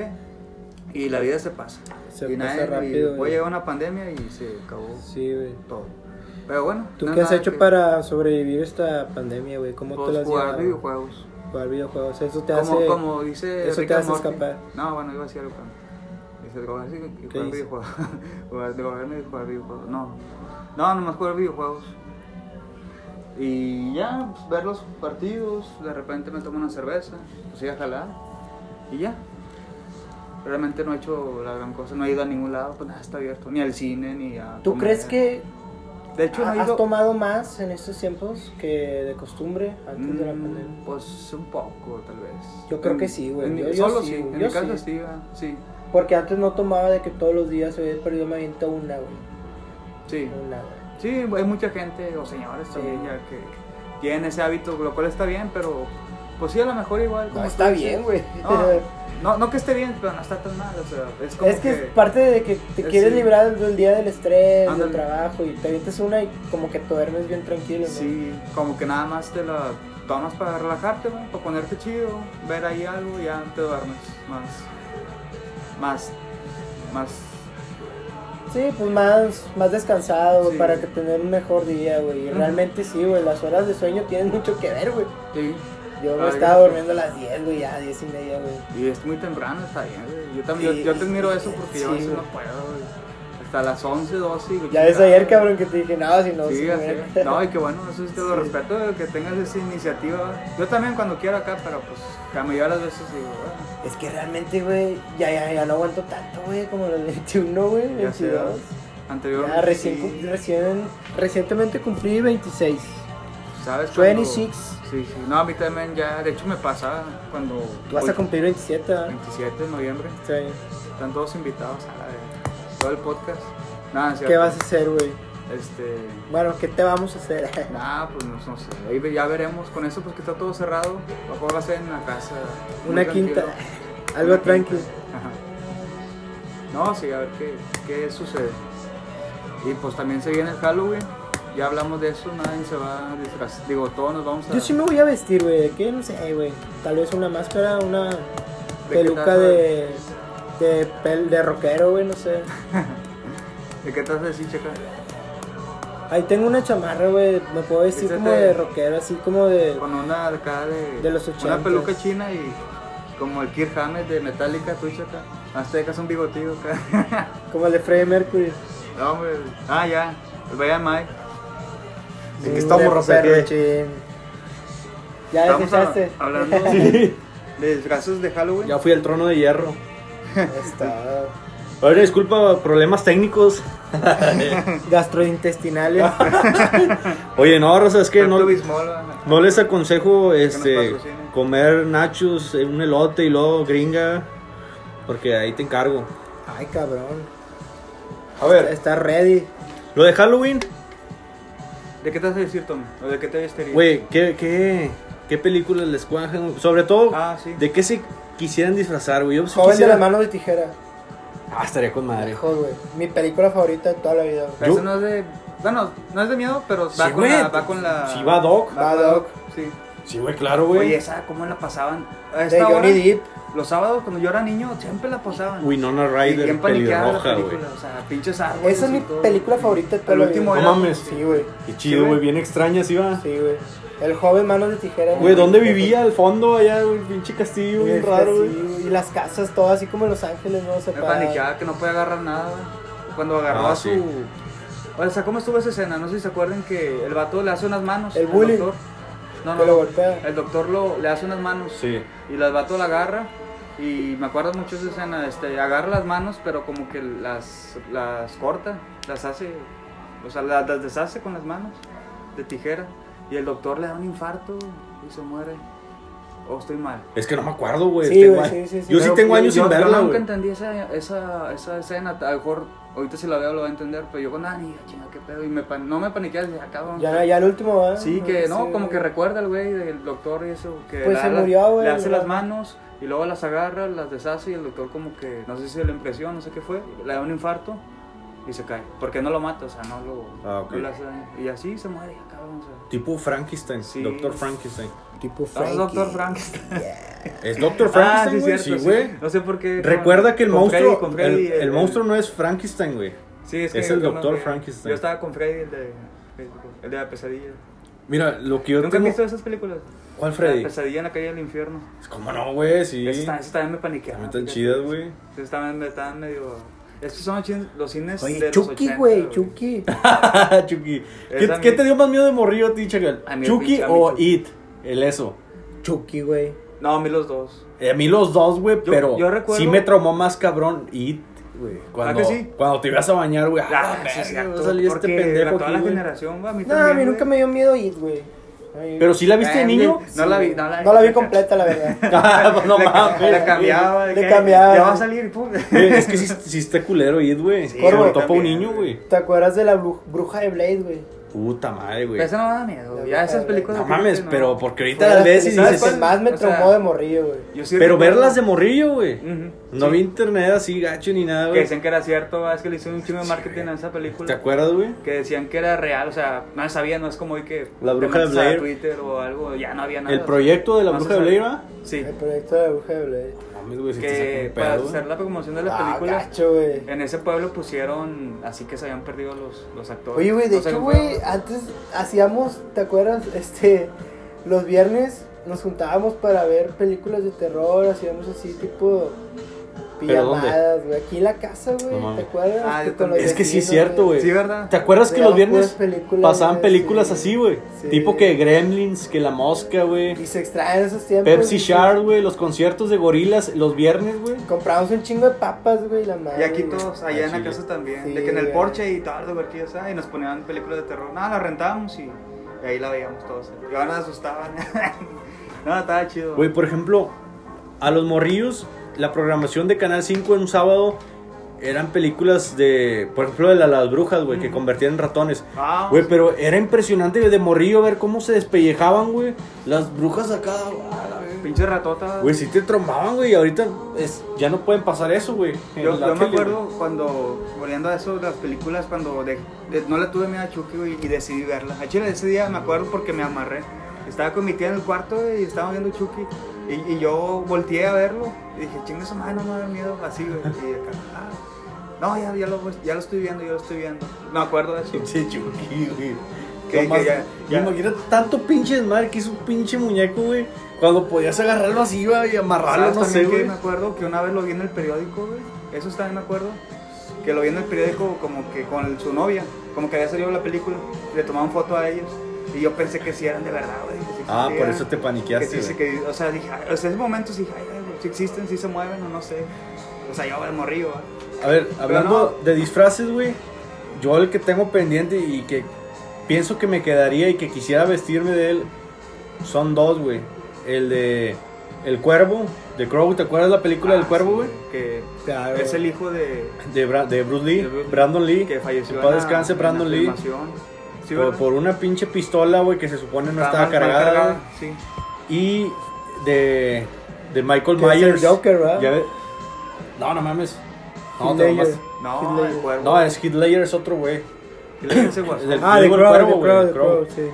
[SPEAKER 1] y la vida se pasa.
[SPEAKER 2] Se
[SPEAKER 1] y
[SPEAKER 2] pasa
[SPEAKER 1] nadie- y
[SPEAKER 2] rápido,
[SPEAKER 1] Puede
[SPEAKER 2] güey.
[SPEAKER 1] llegar una pandemia y se acabó
[SPEAKER 2] Sí, güey.
[SPEAKER 1] todo. Pero bueno,
[SPEAKER 2] ¿Tú
[SPEAKER 1] no es
[SPEAKER 2] qué has
[SPEAKER 1] nada
[SPEAKER 2] hecho
[SPEAKER 1] que-
[SPEAKER 2] para sobrevivir esta pandemia, güey? ¿Cómo
[SPEAKER 1] pues,
[SPEAKER 2] te lo has
[SPEAKER 1] jugar
[SPEAKER 2] llevado?
[SPEAKER 1] videojuegos.
[SPEAKER 2] Jugar videojuegos. Eso te
[SPEAKER 1] como,
[SPEAKER 2] hace.
[SPEAKER 1] como dice
[SPEAKER 2] eso te
[SPEAKER 1] Rick and
[SPEAKER 2] hace
[SPEAKER 1] Morty.
[SPEAKER 2] escapar.
[SPEAKER 1] No, bueno, iba a decir algo. pero- Dice drogarse y- y
[SPEAKER 2] ¿Qué
[SPEAKER 1] jugar
[SPEAKER 2] dice?
[SPEAKER 1] videojuegos. Jugar- drogarme y jugar videojuegos. No. No, nomás jugar videojuegos. Y ya, pues, ver los partidos. De repente me tomo una cerveza. Pues ir a jalar. Y ya. realmente no he hecho la gran cosa, no he ido a ningún lado, pues nada está abierto, ni al cine, ni a...
[SPEAKER 2] ¿Tú
[SPEAKER 1] comer.
[SPEAKER 2] crees que
[SPEAKER 1] De hecho, no he
[SPEAKER 2] has
[SPEAKER 1] ido-
[SPEAKER 2] tomado más en estos tiempos que de costumbre antes de la
[SPEAKER 1] Mm,
[SPEAKER 2] pandemia?
[SPEAKER 1] Pues un poco, tal vez.
[SPEAKER 2] Yo creo
[SPEAKER 1] En-
[SPEAKER 2] que sí, güey.
[SPEAKER 1] en mi-
[SPEAKER 2] Yo- yo
[SPEAKER 1] Solo
[SPEAKER 2] sí,
[SPEAKER 1] sí,
[SPEAKER 2] güey.
[SPEAKER 1] en
[SPEAKER 2] Yo
[SPEAKER 1] mi casa
[SPEAKER 2] sí.
[SPEAKER 1] sí, ah, sí.
[SPEAKER 2] Porque antes no tomaba de que todos los días, hoy pero yo me aviento una, güey.
[SPEAKER 1] Sí,
[SPEAKER 2] Una, güey.
[SPEAKER 1] sí, hay mucha gente, o señores también, ya que tienen ese hábito, lo cual está bien, pero pues sí, a lo mejor igual.
[SPEAKER 2] No,
[SPEAKER 1] como
[SPEAKER 2] está
[SPEAKER 1] tú dices.
[SPEAKER 2] bien, güey.
[SPEAKER 1] No, no, no que esté bien, pero no está tan mal, o sea, es como
[SPEAKER 2] Es que es parte de que te
[SPEAKER 1] Eh,
[SPEAKER 2] quieres
[SPEAKER 1] sí.
[SPEAKER 2] librar del día del estrés, del
[SPEAKER 1] Ándale.
[SPEAKER 2] trabajo, y te avientas una y como que te duermes bien tranquilo, güey.
[SPEAKER 1] Sí, como que nada más te la tomas para relajarte, güey, para ponerte chido, ver ahí algo y ya te duermes más, más, más,
[SPEAKER 2] Sí, pues más, más descansado, güey,
[SPEAKER 1] Sí.
[SPEAKER 2] para que tener un mejor día, güey. Y
[SPEAKER 1] Ujú.
[SPEAKER 2] realmente sí, güey, las horas de sueño tienen mucho que ver, güey.
[SPEAKER 1] sí.
[SPEAKER 2] Yo me
[SPEAKER 1] Ah,
[SPEAKER 2] estaba
[SPEAKER 1] yo-
[SPEAKER 2] durmiendo a las 10, güey, ya, 10 y media, güey.
[SPEAKER 1] Y es muy temprano, está bien, güey. Yo también,
[SPEAKER 2] Sí,
[SPEAKER 1] yo, yo te admiro eso porque yo a
[SPEAKER 2] sí,
[SPEAKER 1] veces no
[SPEAKER 2] güey.
[SPEAKER 1] puedo, güey. Hasta las 11, 12. y
[SPEAKER 2] Ya ves
[SPEAKER 1] chingada,
[SPEAKER 2] ayer,
[SPEAKER 1] güey.
[SPEAKER 2] cabrón, que te dije, no, si no, si
[SPEAKER 1] Sí,
[SPEAKER 2] no,
[SPEAKER 1] así.
[SPEAKER 2] güey.
[SPEAKER 1] No, y que bueno, eso es te lo
[SPEAKER 2] Sí.
[SPEAKER 1] respeto, güey, que tengas esa iniciativa. Yo también cuando quiero acá, pero pues la mayoría de las veces digo, "Ah, bueno,
[SPEAKER 2] Es que realmente, güey, ya, ya, ya no aguanto tanto, güey, como los 21, güey,
[SPEAKER 1] ya sé,
[SPEAKER 2] 22.
[SPEAKER 1] anteriormente.
[SPEAKER 2] Ya, recién,
[SPEAKER 1] sí,
[SPEAKER 2] cum- recién, recientemente cumplí 26.
[SPEAKER 1] ¿Sabes? cuando-
[SPEAKER 2] 26.
[SPEAKER 1] Sí, sí. No, a mí también ya, de hecho me pasa cuando...
[SPEAKER 2] Tú vas a
[SPEAKER 1] voy-
[SPEAKER 2] cumplir 27, ¿verdad?
[SPEAKER 1] 27 de noviembre.
[SPEAKER 2] Sí.
[SPEAKER 1] Están todos invitados a la de todo el podcast. Nada, es
[SPEAKER 2] ¿Qué
[SPEAKER 1] cierto.
[SPEAKER 2] vas a hacer, güey?
[SPEAKER 1] Este...
[SPEAKER 2] Bueno, ¿qué te vamos a hacer?
[SPEAKER 1] Nah, pues no, no sé. Ahí ve- ya veremos con eso, porque está todo cerrado. Lo mejor va a ser en la casa. muy
[SPEAKER 2] Una
[SPEAKER 1] tranquilo.
[SPEAKER 2] quinta. Algo
[SPEAKER 1] Una quinta.
[SPEAKER 2] tranquilo.
[SPEAKER 1] Ajá. No, sí, a ver qué, qué sucede. Y pues también se viene el Halloween. Ya hablamos de eso, nadie se va a disfrazar. Digo, todos nos vamos a.
[SPEAKER 2] Yo sí me voy a vestir, güey. ¿De qué? No sé, güey. Tal vez una máscara, una
[SPEAKER 1] qué
[SPEAKER 2] peluca
[SPEAKER 1] trazo?
[SPEAKER 2] de. de, pel- de rockero, güey, no sé.
[SPEAKER 1] ¿De qué te vas a decir, checa?
[SPEAKER 2] Ahí tengo una chamarra, güey. Me puedo vestir
[SPEAKER 1] Vístete.
[SPEAKER 2] como de rockero, así como de.
[SPEAKER 1] Con una acá de.
[SPEAKER 2] De los
[SPEAKER 1] Una
[SPEAKER 2] ochentas.
[SPEAKER 1] peluca china y. Como el Kirk Hammett de Metallica, tú checa. Aztecas un bigotillo acá.
[SPEAKER 2] como el de Freddie Mercury.
[SPEAKER 1] no, hombre. Ah, ya. El Brian Mike.
[SPEAKER 3] ¿En qué estamos,
[SPEAKER 2] de
[SPEAKER 3] Rafael?
[SPEAKER 2] perrochín. Ya
[SPEAKER 1] Estamos a-
[SPEAKER 2] desechaste.
[SPEAKER 1] hablando de disfrazos de Halloween.
[SPEAKER 3] Ya fui al trono de hierro.
[SPEAKER 2] Está.
[SPEAKER 3] Ahora disculpa, problemas técnicos.
[SPEAKER 2] Gastrointestinales.
[SPEAKER 3] Oye, no, Rosa, es que
[SPEAKER 1] Pepto
[SPEAKER 3] no,
[SPEAKER 1] Bismol, ajá.
[SPEAKER 3] no les aconsejo este,
[SPEAKER 1] patrocinen.
[SPEAKER 3] comer nachos, eh, un elote y luego gringa, porque ahí te encargo.
[SPEAKER 2] Ay, cabrón.
[SPEAKER 3] A
[SPEAKER 2] Está ready.
[SPEAKER 3] lo de Halloween,
[SPEAKER 1] ¿De qué te vas a decir, Tom? ¿O de qué te vestirías?
[SPEAKER 3] güey, ¿qué, qué, qué películas les cuajan? Sobre todo,
[SPEAKER 1] Ah, sí.
[SPEAKER 3] ¿de qué se quisieran disfrazar, güey? Yo sí
[SPEAKER 2] Joven de
[SPEAKER 3] quisiera-
[SPEAKER 2] la mano de tijera.
[SPEAKER 3] Ah, estaría con madre.
[SPEAKER 2] Hijo, güey. Mi película favorita de toda la vida, güey.
[SPEAKER 1] Pero
[SPEAKER 3] yo-
[SPEAKER 1] eso no es de... Bueno, no es de miedo, pero
[SPEAKER 3] Sí,
[SPEAKER 1] va, con,
[SPEAKER 3] güey. pues,
[SPEAKER 1] la, va con la...
[SPEAKER 3] Sí, va Doc.
[SPEAKER 1] Va
[SPEAKER 2] Va
[SPEAKER 1] Doc,
[SPEAKER 2] Doc.
[SPEAKER 1] sí.
[SPEAKER 3] Sí, güey, claro,
[SPEAKER 1] Oye,
[SPEAKER 3] güey.
[SPEAKER 1] esa, ¿cómo la pasaban? A
[SPEAKER 2] De
[SPEAKER 1] esta hora,
[SPEAKER 2] Johnny Depp.
[SPEAKER 1] los sábados, cuando yo era niño, siempre la pasaban.
[SPEAKER 3] Winona
[SPEAKER 1] Y
[SPEAKER 3] Ryder,
[SPEAKER 1] bien paniqueada la
[SPEAKER 3] pelirroja, güey.
[SPEAKER 1] película, o sea, pinches árboles
[SPEAKER 2] Esa es
[SPEAKER 1] y
[SPEAKER 2] mi
[SPEAKER 1] todo.
[SPEAKER 2] película favorita de toda
[SPEAKER 1] El
[SPEAKER 2] la
[SPEAKER 1] último
[SPEAKER 2] vida.
[SPEAKER 3] No
[SPEAKER 1] era-
[SPEAKER 3] mames.
[SPEAKER 2] Sí, güey.
[SPEAKER 3] Qué
[SPEAKER 1] Sí,
[SPEAKER 3] chido,
[SPEAKER 1] güey.
[SPEAKER 3] güey, bien extraña, sí va.
[SPEAKER 2] Sí, güey. El joven manos de tijera.
[SPEAKER 3] Güey, ¿dónde vivía? Al fondo, allá, güey, pinche castillo,
[SPEAKER 2] Güey,
[SPEAKER 3] bien raro,
[SPEAKER 2] sí,
[SPEAKER 3] güey.
[SPEAKER 2] güey. Y las casas, todas así como en Los Ángeles, ¿no?
[SPEAKER 1] Me
[SPEAKER 2] Separadas.
[SPEAKER 1] paniqueaba que no podía agarrar nada. Cuando agarró
[SPEAKER 3] Ah,
[SPEAKER 1] a su.
[SPEAKER 3] sí.
[SPEAKER 1] O sea, ¿cómo estuvo esa escena? No sé si se acuerdan que el vato le hace unas manos.
[SPEAKER 2] El
[SPEAKER 1] al
[SPEAKER 2] bullying.
[SPEAKER 1] doctor. No,
[SPEAKER 2] Que
[SPEAKER 1] no.
[SPEAKER 2] lo golpea.
[SPEAKER 1] El doctor lo, le hace unas manos.
[SPEAKER 3] Sí.
[SPEAKER 1] Y el vato la agarra. Y me acuerdo mucho esa escena. Este, agarra las manos, pero como que las, las corta. Las hace. O sea, las, las deshace con las manos. De tijera. Y el doctor le da un infarto y se muere. O estoy mal.
[SPEAKER 3] Es que no me acuerdo, güey.
[SPEAKER 2] Sí,
[SPEAKER 3] tengo
[SPEAKER 2] güey,
[SPEAKER 3] a-
[SPEAKER 2] sí, sí, sí.
[SPEAKER 3] Yo sí
[SPEAKER 1] Pero
[SPEAKER 3] tengo años
[SPEAKER 1] yo-
[SPEAKER 3] sin
[SPEAKER 1] yo
[SPEAKER 3] verla,
[SPEAKER 1] nunca
[SPEAKER 3] güey.
[SPEAKER 1] entendí esa, esa, esa escena. A lo mejor ahorita si la veo lo va a entender, pero yo con ah, ni chinga, qué pedo. Y me pan- no me paniqué, dije, "Ah, cabrón".
[SPEAKER 2] Ya, ya el último, ¿verdad?
[SPEAKER 1] Sí, que no,
[SPEAKER 2] Ah, Sí,
[SPEAKER 1] como
[SPEAKER 2] güey.
[SPEAKER 1] que recuerda el güey del doctor y eso. Que
[SPEAKER 2] Pues
[SPEAKER 1] la-
[SPEAKER 2] se
[SPEAKER 1] la-
[SPEAKER 2] murió, güey,
[SPEAKER 1] Le hace
[SPEAKER 2] la-
[SPEAKER 1] las manos y luego las agarra, las deshace y el doctor, como que no sé si le impresión, no sé qué fue, le da un infarto y se cae. Porque no lo mata, o sea, no lo.
[SPEAKER 3] Ah, ok.
[SPEAKER 1] no le hace daño. Y así se muere, cabrón. O sea.
[SPEAKER 3] Tipo Frankenstein,
[SPEAKER 1] Sí.
[SPEAKER 3] Doctor Frankenstein.
[SPEAKER 2] Tipo
[SPEAKER 1] Ah,
[SPEAKER 2] Frankie.
[SPEAKER 1] Doctor Frankenstein.
[SPEAKER 3] ¿Es Doctor
[SPEAKER 1] Ah, sí,
[SPEAKER 3] Frankenstein, güey?
[SPEAKER 1] cierto.
[SPEAKER 3] Sí,
[SPEAKER 1] sí.
[SPEAKER 3] güey.
[SPEAKER 1] No sé por qué.
[SPEAKER 3] Recuerda que el
[SPEAKER 1] con Freddy-
[SPEAKER 3] monstruo,
[SPEAKER 1] con Freddy,
[SPEAKER 3] el, el monstruo no es Frankenstein, güey.
[SPEAKER 1] Sí, es,
[SPEAKER 3] Es
[SPEAKER 1] que
[SPEAKER 3] el
[SPEAKER 1] yo
[SPEAKER 3] Dr.
[SPEAKER 1] no-
[SPEAKER 3] Frankenstein.
[SPEAKER 1] Yo estaba con Freddy, el de, el de la pesadilla.
[SPEAKER 3] Mira, lo que yo
[SPEAKER 1] ¿Nunca has
[SPEAKER 3] tengo...
[SPEAKER 1] visto esas películas?
[SPEAKER 3] ¿Cuál
[SPEAKER 1] La
[SPEAKER 3] Freddy? Pues,
[SPEAKER 1] pesadilla en la calle del infierno.
[SPEAKER 3] ¿Cómo no, güey? Sí.
[SPEAKER 1] Esas, ta- esas también me paniqueaban.
[SPEAKER 3] Están tan
[SPEAKER 1] fíjate.
[SPEAKER 3] chidas, güey.
[SPEAKER 1] Esas también me estaban medio... Estos son los chin- los cines de
[SPEAKER 2] Oye,
[SPEAKER 1] los
[SPEAKER 2] Chucky,
[SPEAKER 1] 80,
[SPEAKER 2] güey, Chucky.
[SPEAKER 3] Chucky. ¿Qué,
[SPEAKER 1] Es a
[SPEAKER 3] qué
[SPEAKER 1] mí.
[SPEAKER 3] te dio más miedo de morrillo a ti, chacal?
[SPEAKER 1] A mí el
[SPEAKER 3] ¿Chucky
[SPEAKER 1] pinche- a mí
[SPEAKER 3] o
[SPEAKER 1] Chucky.
[SPEAKER 3] It? El eso.
[SPEAKER 2] Chucky, güey.
[SPEAKER 1] No, a mí los dos.
[SPEAKER 3] A mí los dos, güey,
[SPEAKER 1] Yo-
[SPEAKER 3] pero
[SPEAKER 1] yo recuerdo- ¿Ah,
[SPEAKER 3] sí me traumó más cabrón It, güey. Cuando,
[SPEAKER 1] que sí?
[SPEAKER 3] cuando te ibas a bañar, güey. Ah,
[SPEAKER 1] Ah,
[SPEAKER 3] verga,
[SPEAKER 1] sí, es cierto,
[SPEAKER 3] va a salir este
[SPEAKER 1] porque
[SPEAKER 3] pendejo
[SPEAKER 1] toda
[SPEAKER 3] aquí,
[SPEAKER 1] la
[SPEAKER 3] güey.
[SPEAKER 1] generación, va, a mí
[SPEAKER 2] No, a
[SPEAKER 1] también,
[SPEAKER 2] mí
[SPEAKER 1] güey.
[SPEAKER 2] nunca me dio miedo ir, güey. Ay,
[SPEAKER 3] Pero sí la viste de
[SPEAKER 1] Eh,
[SPEAKER 3] niño.
[SPEAKER 1] güey, No la vi, no la vi.
[SPEAKER 2] No la vi completa, la verdad.
[SPEAKER 3] Ah, pues no
[SPEAKER 1] Le-
[SPEAKER 3] mames.
[SPEAKER 1] Le cambiaba. de
[SPEAKER 2] Le
[SPEAKER 1] que,
[SPEAKER 2] cambiaba.
[SPEAKER 1] Ya va a salir, pum.
[SPEAKER 3] Güey, Es que sí, sí está culero It, güey.
[SPEAKER 1] Sí,
[SPEAKER 3] Sobre
[SPEAKER 2] güey,
[SPEAKER 3] todo para un
[SPEAKER 1] también,
[SPEAKER 3] niño, güey.
[SPEAKER 2] ¿Te acuerdas de la bru- bruja de Blade, güey?
[SPEAKER 3] Puta madre, güey.
[SPEAKER 1] Eso no me da miedo. Ya esas películas.
[SPEAKER 3] No
[SPEAKER 1] de
[SPEAKER 3] mames,
[SPEAKER 1] Disney, no.
[SPEAKER 3] pero porque
[SPEAKER 2] Fue de
[SPEAKER 3] ahorita
[SPEAKER 2] las
[SPEAKER 3] las ves y
[SPEAKER 2] películas
[SPEAKER 3] dices.
[SPEAKER 2] que más me
[SPEAKER 1] o sea,
[SPEAKER 2] traumó de morrillo, güey.
[SPEAKER 1] Yo sí
[SPEAKER 3] Pero
[SPEAKER 1] recuerdo-
[SPEAKER 3] verlas de morrillo, güey.
[SPEAKER 1] Ujú,
[SPEAKER 3] No
[SPEAKER 1] Mm, sí.
[SPEAKER 3] vi internet así gacho ni nada,
[SPEAKER 1] Que
[SPEAKER 3] güey.
[SPEAKER 1] decían que era cierto, va, es que le hicieron un chingo de marketing a esa película.
[SPEAKER 3] ¿Te acuerdas, güey?
[SPEAKER 1] que decían que era real, o sea, no sabía, no es como hoy que
[SPEAKER 3] La
[SPEAKER 1] te
[SPEAKER 3] bruja de
[SPEAKER 1] metes a
[SPEAKER 3] Blair.
[SPEAKER 1] Twitter o algo, ya no había nada.
[SPEAKER 3] El proyecto de la
[SPEAKER 1] No
[SPEAKER 3] bruja
[SPEAKER 1] se
[SPEAKER 3] de
[SPEAKER 1] sabe.
[SPEAKER 3] Blair, ¿va?
[SPEAKER 1] Sí,
[SPEAKER 2] El proyecto de la bruja de Blade.
[SPEAKER 3] Mames, güey, si te
[SPEAKER 1] que
[SPEAKER 3] saca
[SPEAKER 1] para
[SPEAKER 3] un pedo,
[SPEAKER 1] hacer
[SPEAKER 3] güey.
[SPEAKER 1] la promoción de la
[SPEAKER 2] Ah,
[SPEAKER 1] película,
[SPEAKER 2] gacho, güey.
[SPEAKER 1] en ese pueblo pusieron así que se habían perdido los, los actores.
[SPEAKER 2] Oye, güey, de
[SPEAKER 1] No sé
[SPEAKER 2] hecho,
[SPEAKER 1] cómo fue.
[SPEAKER 2] güey, antes hacíamos, ¿te acuerdas? Este, los viernes nos juntábamos para ver películas de terror, hacíamos así tipo
[SPEAKER 3] ¿Pero dónde?
[SPEAKER 2] pijamadas, güey, aquí en la casa,
[SPEAKER 3] No
[SPEAKER 2] güey,
[SPEAKER 3] mames.
[SPEAKER 2] ¿te acuerdas?
[SPEAKER 1] Ah,
[SPEAKER 2] Que
[SPEAKER 1] yo
[SPEAKER 2] con los
[SPEAKER 3] Es que sí es
[SPEAKER 2] vecinos,
[SPEAKER 3] cierto, güey.
[SPEAKER 1] Sí, ¿verdad?
[SPEAKER 3] ¿Te acuerdas que los
[SPEAKER 2] Veíamos puras
[SPEAKER 3] viernes
[SPEAKER 2] películas,
[SPEAKER 3] pasaban
[SPEAKER 2] sí.
[SPEAKER 3] películas así, güey?
[SPEAKER 2] Sí.
[SPEAKER 3] Tipo que Gremlins, que La Mosca, güey.
[SPEAKER 2] Y se extraen esos tiempos.
[SPEAKER 3] Pepsi
[SPEAKER 2] y-
[SPEAKER 3] Shark, güey. Los conciertos de gorilas los viernes, güey.
[SPEAKER 2] Compramos un chingo de papas, güey, la madre.
[SPEAKER 1] Y aquí
[SPEAKER 2] güey.
[SPEAKER 1] todos, allá en
[SPEAKER 3] Ah,
[SPEAKER 1] la
[SPEAKER 3] sí,
[SPEAKER 1] casa también,
[SPEAKER 2] Sí,
[SPEAKER 1] de que en el
[SPEAKER 2] güey.
[SPEAKER 1] porche y todo divertido, o sea, y nos ponían películas de terror, nada, la rentábamos y, y ahí la veíamos todos. Y ahora nos asustaban. no, estaba chido.
[SPEAKER 3] Güey, por ejemplo, a los morrillos, la programación de Canal 5 en un sábado eran películas de, por ejemplo, de la- las brujas, güey, que convertían en ratones.
[SPEAKER 1] Vamos.
[SPEAKER 3] Güey, pero era impresionante güey, de morrillo ver cómo se despellejaban, güey. Las brujas acá. a la verga.
[SPEAKER 1] Pinche ratota.
[SPEAKER 3] Güey, sí te trombaban, güey. y Ahorita es- ya no pueden pasar eso, güey. en
[SPEAKER 1] Yo,
[SPEAKER 3] la
[SPEAKER 1] yo me
[SPEAKER 3] tele, güey.
[SPEAKER 1] acuerdo cuando, volviendo a eso de las películas, cuando de- de- no le tuve miedo a Chucky güey, y decidí verla. A Chile ese día me acuerdo porque me amarré. Estaba con mi tía en el cuarto güey, y estaba viendo Chucky. Y, y yo volteé a verlo y dije, chingue su madre, no me da miedo. Así, güey. Y acá, ah, no, ya, ya, lo, voy- ya lo estoy viendo, ya lo estoy viendo. Me acuerdo de eso.
[SPEAKER 3] Pinche Chucky, güey.
[SPEAKER 1] Que-
[SPEAKER 3] Nomás-
[SPEAKER 1] que ya- ya.
[SPEAKER 3] Imagínate tanto pinche desmadre que hizo un pinche muñeco, güey. Cuando podías agarrarlo así, güey, y amarrarlo,
[SPEAKER 1] ¿Sabes
[SPEAKER 3] no sé,
[SPEAKER 1] también que
[SPEAKER 3] güey.
[SPEAKER 1] me acuerdo que una vez lo vi en el periódico, güey? Eso también me acuerdo. Que lo vi en el periódico como que con el- su novia, como que había salido la película, le tomaban foto a ellos y yo pensé que sí eran de verdad, güey. que sí
[SPEAKER 3] Ah, por
[SPEAKER 1] existían,
[SPEAKER 3] eso te
[SPEAKER 1] que
[SPEAKER 3] paniqueaste.
[SPEAKER 1] sí, sí,
[SPEAKER 3] güey.
[SPEAKER 1] que- O sea, dije, en esos momentos dije, ay, güey, si existen, si se mueven o no sé. O sea, yo me morí, güey.
[SPEAKER 3] A ver, hablando de disfraces, güey. Yo el que tengo pendiente y que pienso que me quedaría y que quisiera vestirme de él son dos, güey. El de El Cuervo, de Crow. ¿Te acuerdas la película del
[SPEAKER 1] Ah,
[SPEAKER 3] Cuervo,
[SPEAKER 1] sí,
[SPEAKER 3] güey?
[SPEAKER 1] Que
[SPEAKER 3] Claro.
[SPEAKER 1] es el hijo de,
[SPEAKER 3] De, Bra- de Bruce Lee,
[SPEAKER 1] de Bruce-
[SPEAKER 3] Brandon Lee.
[SPEAKER 1] que falleció.
[SPEAKER 3] En paz
[SPEAKER 1] en la-
[SPEAKER 3] descanse,
[SPEAKER 1] en la
[SPEAKER 3] Brandon Lee.
[SPEAKER 1] filmación. Sí,
[SPEAKER 3] por,
[SPEAKER 1] ¿verdad?
[SPEAKER 3] por una pinche pistola, güey, que se supone no estaba
[SPEAKER 1] mal- mal
[SPEAKER 3] cargada.
[SPEAKER 1] cargada,
[SPEAKER 3] güey.
[SPEAKER 1] Sí.
[SPEAKER 3] Y de, de Michael
[SPEAKER 2] Que es el
[SPEAKER 3] Myers.
[SPEAKER 2] Joker, ¿verdad?
[SPEAKER 3] Ya ve- No, no mames. No,
[SPEAKER 2] Heath
[SPEAKER 3] te
[SPEAKER 2] Ledger.
[SPEAKER 3] mamas.
[SPEAKER 1] No, el cuervo.
[SPEAKER 3] No, es Heath Ledger, es otro, güey.
[SPEAKER 1] Y le dicen ese guasón.
[SPEAKER 3] del-
[SPEAKER 2] Ah, de
[SPEAKER 3] Digo, el
[SPEAKER 2] Crow, de
[SPEAKER 3] cuervo, güey,
[SPEAKER 2] Crow,
[SPEAKER 3] el
[SPEAKER 2] de
[SPEAKER 3] Crow.
[SPEAKER 2] Crow, sí.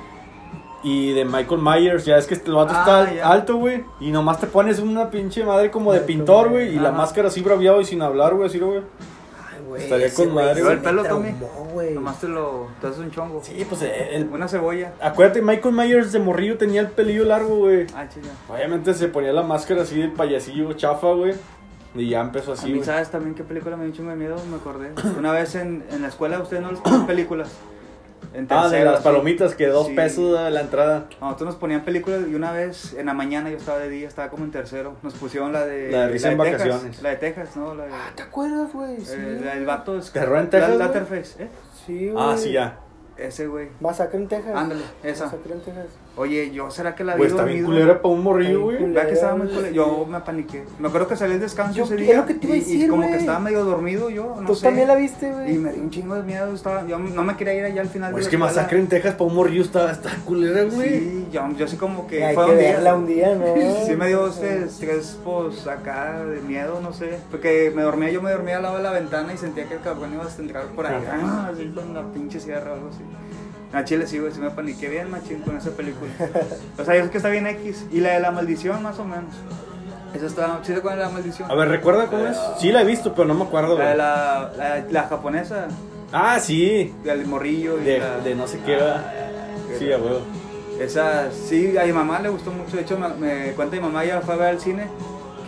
[SPEAKER 3] Y de Michael Myers, ya es que este- el vato
[SPEAKER 1] Ah,
[SPEAKER 3] está
[SPEAKER 1] ya.
[SPEAKER 3] alto, güey. Y nomás te pones una pinche madre como de
[SPEAKER 2] Michael
[SPEAKER 3] pintor, güey. Y la
[SPEAKER 1] Ajá.
[SPEAKER 3] máscara así braviado y sin hablar, güey, así, güey.
[SPEAKER 2] Ay, güey,
[SPEAKER 3] Estaría
[SPEAKER 2] ese
[SPEAKER 3] con
[SPEAKER 2] güey
[SPEAKER 3] madre,
[SPEAKER 2] sí
[SPEAKER 1] güey.
[SPEAKER 2] me
[SPEAKER 1] El pelo, Tommy.
[SPEAKER 2] traumó, güey.
[SPEAKER 1] Nomás te lo. Te haces un chongo.
[SPEAKER 3] Sí, pues el-
[SPEAKER 1] Una cebolla.
[SPEAKER 3] Acuérdate, Michael Myers de morrillo tenía el pelillo largo, güey.
[SPEAKER 1] Ah, chica.
[SPEAKER 3] Obviamente se ponía la máscara así del payasillo chafa, güey. Y ya empezó
[SPEAKER 1] A
[SPEAKER 3] así,
[SPEAKER 1] mí,
[SPEAKER 3] güey. Ah,
[SPEAKER 1] ¿sabes también qué película me dio mucho miedo? Me acordé. Una vez en, en la escuela, ustedes no les ponían películas. En
[SPEAKER 3] Ah, de
[SPEAKER 1] tercero,
[SPEAKER 3] las
[SPEAKER 1] sí.
[SPEAKER 3] palomitas que dos
[SPEAKER 1] Sí.
[SPEAKER 3] pesos a la entrada.
[SPEAKER 1] Nosotros nos ponían películas y una vez en la mañana yo estaba de día, estaba como en tercero. Nos pusieron la de.
[SPEAKER 3] La de Risa en
[SPEAKER 1] Texas,
[SPEAKER 3] Vacaciones.
[SPEAKER 1] la de Texas, ¿no? La de.
[SPEAKER 2] Ah, ¿te acuerdas, güey? Sí,
[SPEAKER 1] eh, la del vato. es-
[SPEAKER 3] ¿Terror en Texas,
[SPEAKER 1] la-
[SPEAKER 3] güey?
[SPEAKER 1] Letterface, ¿eh?
[SPEAKER 2] sí, güey.
[SPEAKER 3] Ah, sí, ya.
[SPEAKER 1] Ese güey.
[SPEAKER 2] Masacre en Texas.
[SPEAKER 1] Ándale, esa.
[SPEAKER 2] Masacre en Texas.
[SPEAKER 1] Oye, yo, ¿será que la vi?
[SPEAKER 3] Güey, está bien
[SPEAKER 1] dormido?
[SPEAKER 3] culera para un morrillo,
[SPEAKER 2] Está bien
[SPEAKER 3] güey.
[SPEAKER 1] ¿Verdad que estaba muy culero? Yo me paniqué. Me acuerdo que salí al descanso
[SPEAKER 2] Yo-
[SPEAKER 1] ese
[SPEAKER 2] es
[SPEAKER 1] día.
[SPEAKER 2] lo que te iba a
[SPEAKER 1] y-
[SPEAKER 2] decir,
[SPEAKER 1] y como
[SPEAKER 2] güey.
[SPEAKER 1] que estaba medio dormido yo, no
[SPEAKER 2] Tú
[SPEAKER 1] sé.
[SPEAKER 2] también la viste, güey.
[SPEAKER 1] Y me dio un chingo de miedo, estaba, yo no me quería ir allá al final.
[SPEAKER 3] Güey,
[SPEAKER 1] de
[SPEAKER 3] Pues Es
[SPEAKER 1] la
[SPEAKER 3] que
[SPEAKER 1] escuela.
[SPEAKER 3] masacre en Texas para un morrillo está, está culera, güey.
[SPEAKER 1] Sí, yo, yo sí como que
[SPEAKER 2] Hay
[SPEAKER 1] fue
[SPEAKER 2] que
[SPEAKER 1] un día.
[SPEAKER 2] verla un día, ¿no?
[SPEAKER 1] Sí me dio ese estrés, pues, acá, de miedo, no sé. Porque me dormía, yo me dormía al lado de la ventana y sentía que el cabrón iba a entrar por ahí. Ah, así con la pinche sierra o algo así. A Chile sí, güey, sí me paniqué bien, machín, con esa película. O sea, yo sé que está bien X. Y la de la maldición, más o menos. Esa está chida con la maldición.
[SPEAKER 3] A ver, ¿recuerda cómo es? Sí la he visto, pero no me acuerdo,
[SPEAKER 1] La,
[SPEAKER 3] güey.
[SPEAKER 1] de la, la, la japonesa,
[SPEAKER 3] Ah, sí.
[SPEAKER 1] del morrillo y
[SPEAKER 3] De,
[SPEAKER 1] la-
[SPEAKER 3] de no sé qué, va.
[SPEAKER 1] Ah,
[SPEAKER 3] Sí, a huevo.
[SPEAKER 1] Esa, sí, a mi mamá le gustó mucho. De hecho, ma- me cuenta mi mamá, ella fue a ver al cine.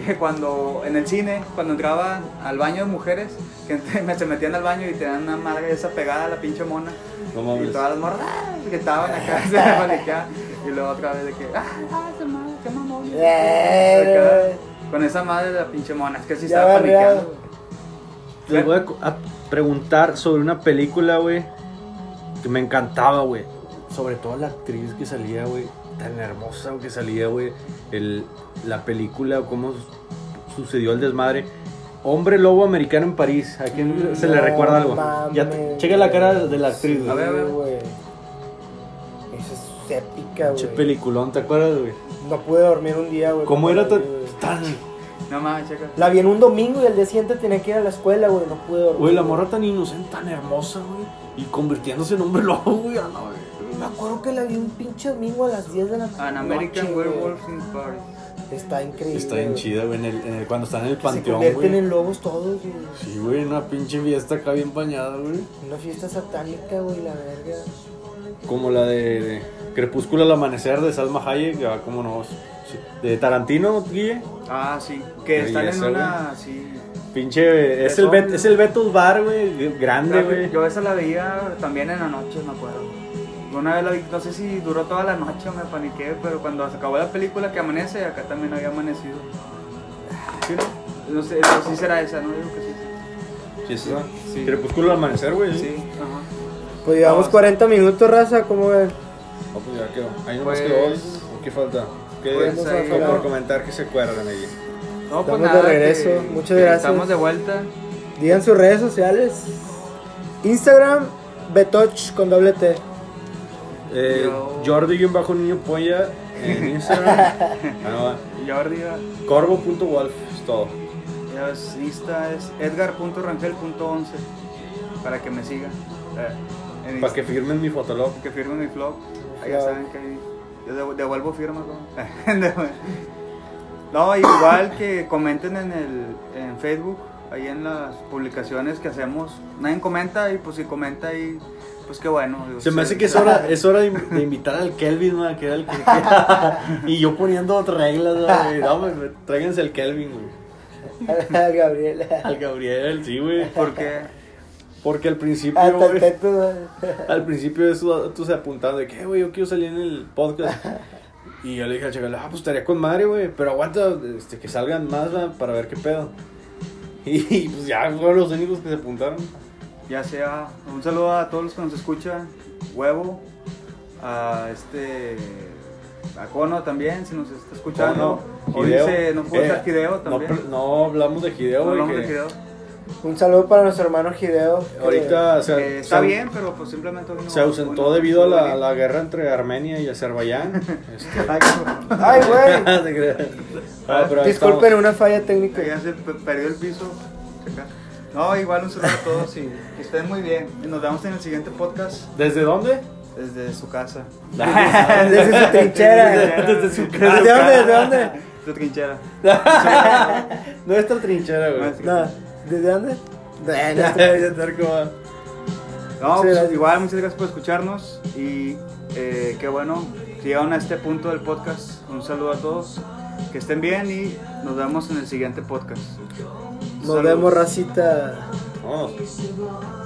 [SPEAKER 1] Que cuando, en el cine, cuando entraban al baño de mujeres, que ent- se metían al baño y tenían una madre esa pegada a la pinche mona.
[SPEAKER 3] No
[SPEAKER 1] Y
[SPEAKER 3] mames.
[SPEAKER 1] todas las morras ¡ah! gritaban acá, se paniqueaban. Y luego otra vez de que, ¡ah, ah, se ma- se mamó!
[SPEAKER 2] Verga.
[SPEAKER 1] Acá. Con esa madre de la pinche mona, es que sí
[SPEAKER 2] Ya
[SPEAKER 1] estaba
[SPEAKER 2] barreado.
[SPEAKER 1] paniqueando.
[SPEAKER 3] Les voy a, co- a preguntar sobre una película, güey, que me encantaba, güey. Sobre todo la actriz que salía, güey, tan hermosa güey, que salía, güey. El- La película, cómo su- sucedió el desmadre. Hombre lobo americano en París. ¿A quién se le
[SPEAKER 2] No
[SPEAKER 3] recuerda algo?
[SPEAKER 2] mames,
[SPEAKER 3] Ya te- checa la cara de la actriz,
[SPEAKER 2] sí,
[SPEAKER 1] A
[SPEAKER 3] güey.
[SPEAKER 1] ver, a ver.
[SPEAKER 2] güey. Esa es épica,
[SPEAKER 3] Pinche
[SPEAKER 2] güey.
[SPEAKER 3] peliculón, ¿te acuerdas, güey?
[SPEAKER 2] No pude dormir un día, güey.
[SPEAKER 3] ¿Cómo era
[SPEAKER 2] güey.
[SPEAKER 3] tan, tan-
[SPEAKER 1] No mames, checa.
[SPEAKER 2] La vi en un domingo y el día siguiente tenía que ir a la escuela, güey. No pude dormir.
[SPEAKER 3] Güey, la morra tan inocente, tan hermosa, güey. Y convirtiéndose en hombre lobo, güey. a la verga.
[SPEAKER 2] Me acuerdo que la vi un pinche domingo a las 10 de la noche.
[SPEAKER 1] An American
[SPEAKER 2] güey.
[SPEAKER 1] Werewolf in Paris.
[SPEAKER 2] Está increíble.
[SPEAKER 3] Está bien
[SPEAKER 2] güey.
[SPEAKER 3] chida, güey. en el- en el- cuando están en el
[SPEAKER 2] Que se
[SPEAKER 3] panteón,
[SPEAKER 2] convierten
[SPEAKER 3] güey.
[SPEAKER 2] en lobos todos, güey.
[SPEAKER 3] Sí, güey, una pinche fiesta acá bien bañada, güey.
[SPEAKER 2] Una fiesta satánica, güey, la verga.
[SPEAKER 3] Como la de, de Crepúsculo al amanecer de Salma Hayek, ya como no. sí. De Tarantino, Guille.
[SPEAKER 1] Ah, sí. Que
[SPEAKER 3] Qué
[SPEAKER 1] están en
[SPEAKER 3] belleza,
[SPEAKER 1] una. Sí.
[SPEAKER 3] Pinche, es el, Bet- es el Betos Bar, güey, grande, güey.
[SPEAKER 1] Yo esa la veía también en la noche, me acuerdo. Una vez la vi, no sé si duró toda la noche, me paniqué, pero cuando se acabó la película que amanece, acá también había amanecido. ¿Sí, no? No sé, pero sí será esa, ¿no? Digo que sí.
[SPEAKER 3] Sí, sí,
[SPEAKER 1] Sí.
[SPEAKER 3] Crepúsculo al amanecer, güey.
[SPEAKER 1] Sí,
[SPEAKER 3] Sí.
[SPEAKER 1] ajá.
[SPEAKER 2] Pues llevamos
[SPEAKER 1] Ah,
[SPEAKER 2] 40 minutos, raza, ¿cómo ven?
[SPEAKER 3] No, pues ya quedó. Ahí
[SPEAKER 1] nomás
[SPEAKER 3] nomás
[SPEAKER 1] Pues-
[SPEAKER 3] quedó
[SPEAKER 1] quedó
[SPEAKER 3] hoy. ¿Qué falta? ¿Qué
[SPEAKER 1] Pues
[SPEAKER 2] Vamos a
[SPEAKER 1] ahí-
[SPEAKER 2] esperar.
[SPEAKER 3] por comentar que se acuerdan, Guille?
[SPEAKER 1] No, pues
[SPEAKER 2] Estamos de regreso, muchas gracias.
[SPEAKER 1] Estamos de vuelta.
[SPEAKER 2] Digan sus redes sociales. Instagram, Betoch con doble T.
[SPEAKER 3] Eh,
[SPEAKER 1] Yo-
[SPEAKER 3] Jordi y un bajo niño polla en Instagram. Ah,
[SPEAKER 1] Y ya arriba,
[SPEAKER 3] Corvo.wolf es todo.
[SPEAKER 1] ya es, Insta es edgar.rangel.11 para que me sigan. eh, en
[SPEAKER 3] Para
[SPEAKER 1] Insta.
[SPEAKER 3] que firmen mi fotolog.
[SPEAKER 1] que firme mi blog. Ahí
[SPEAKER 2] Claro.
[SPEAKER 1] ya saben que ahí- yo devu- devuelvo firmas. ¿no? No, igual que comenten en el en Facebook, ahí en las publicaciones que hacemos. Nadie comenta y pues si comenta ahí, pues qué bueno. digo,
[SPEAKER 3] Se me hace que es hora, es hora de, in- de invitar al Kelvin, ¿no? que era el que- y yo poniendo reglas, ¿no? güey. No, güey, tráiganse al Kelvin, güey.
[SPEAKER 2] Al Gabriel.
[SPEAKER 3] Al Gabriel, sí, güey.
[SPEAKER 1] Porque
[SPEAKER 3] Porque al principio,
[SPEAKER 2] Hasta el
[SPEAKER 3] güey,
[SPEAKER 2] teto, güey.
[SPEAKER 3] al principio eso, tú se apuntaban de que, "Eh, güey, yo quiero salir en el podcast. Y yo le dije al chacal, ah, pues estaría con madre, güey, pero aguanta este, que salgan más ¿verdad? para ver qué pedo. Y pues ya fueron los únicos que se apuntaron.
[SPEAKER 1] ya sea un saludo a todos los que nos escuchan, huevo, a este a Cono también, si nos está escuchando.
[SPEAKER 3] Cono,
[SPEAKER 1] o
[SPEAKER 3] Hideo.
[SPEAKER 1] dice, no puedo
[SPEAKER 3] Eh,
[SPEAKER 1] estar Hideo
[SPEAKER 3] No,
[SPEAKER 1] también.
[SPEAKER 3] pl- no hablamos de Gideo,
[SPEAKER 1] No
[SPEAKER 3] güey.
[SPEAKER 1] hablamos
[SPEAKER 3] que
[SPEAKER 1] de Hideo.
[SPEAKER 2] Un saludo para nuestro hermano Gideo. que-
[SPEAKER 3] Ahorita se-
[SPEAKER 1] Eh, está
[SPEAKER 3] se-
[SPEAKER 1] bien, pero pues simplemente hoy no-
[SPEAKER 3] Se ausentó
[SPEAKER 1] hoy no-
[SPEAKER 3] debido a la,
[SPEAKER 1] hoy no-
[SPEAKER 3] la guerra entre Armenia y Azerbaiyán. Este,
[SPEAKER 1] Ay, cabrón.
[SPEAKER 2] Ay, güey.
[SPEAKER 3] te creas. Ah, pero ahí
[SPEAKER 2] Disculpen
[SPEAKER 3] estamos.
[SPEAKER 2] una falla técnica.
[SPEAKER 1] Ya se pe- perdió el piso. Acá. No, igual un saludo a todos y que estén muy bien. Y nos vemos en el siguiente podcast
[SPEAKER 3] ¿Desde dónde?
[SPEAKER 1] desde su casa.
[SPEAKER 2] Desde su trinchera.
[SPEAKER 3] Desde su
[SPEAKER 2] ¿Desde dónde? ¿Desde dónde?
[SPEAKER 1] Su trinchera.
[SPEAKER 3] No está trinchera, güey.
[SPEAKER 1] No,
[SPEAKER 2] No, ¿desde dónde?
[SPEAKER 3] Ya, ya, ya, como-
[SPEAKER 1] No,
[SPEAKER 2] Muchas
[SPEAKER 1] pues,
[SPEAKER 2] gracias.
[SPEAKER 1] igual muchas gracias por escucharnos y eh, qué bueno que llegaron a este punto del podcast. Un saludo a todos, que estén bien y nos vemos en el siguiente podcast.
[SPEAKER 2] Nos
[SPEAKER 1] Saludos.
[SPEAKER 2] vemos, racita.
[SPEAKER 3] Vámonos.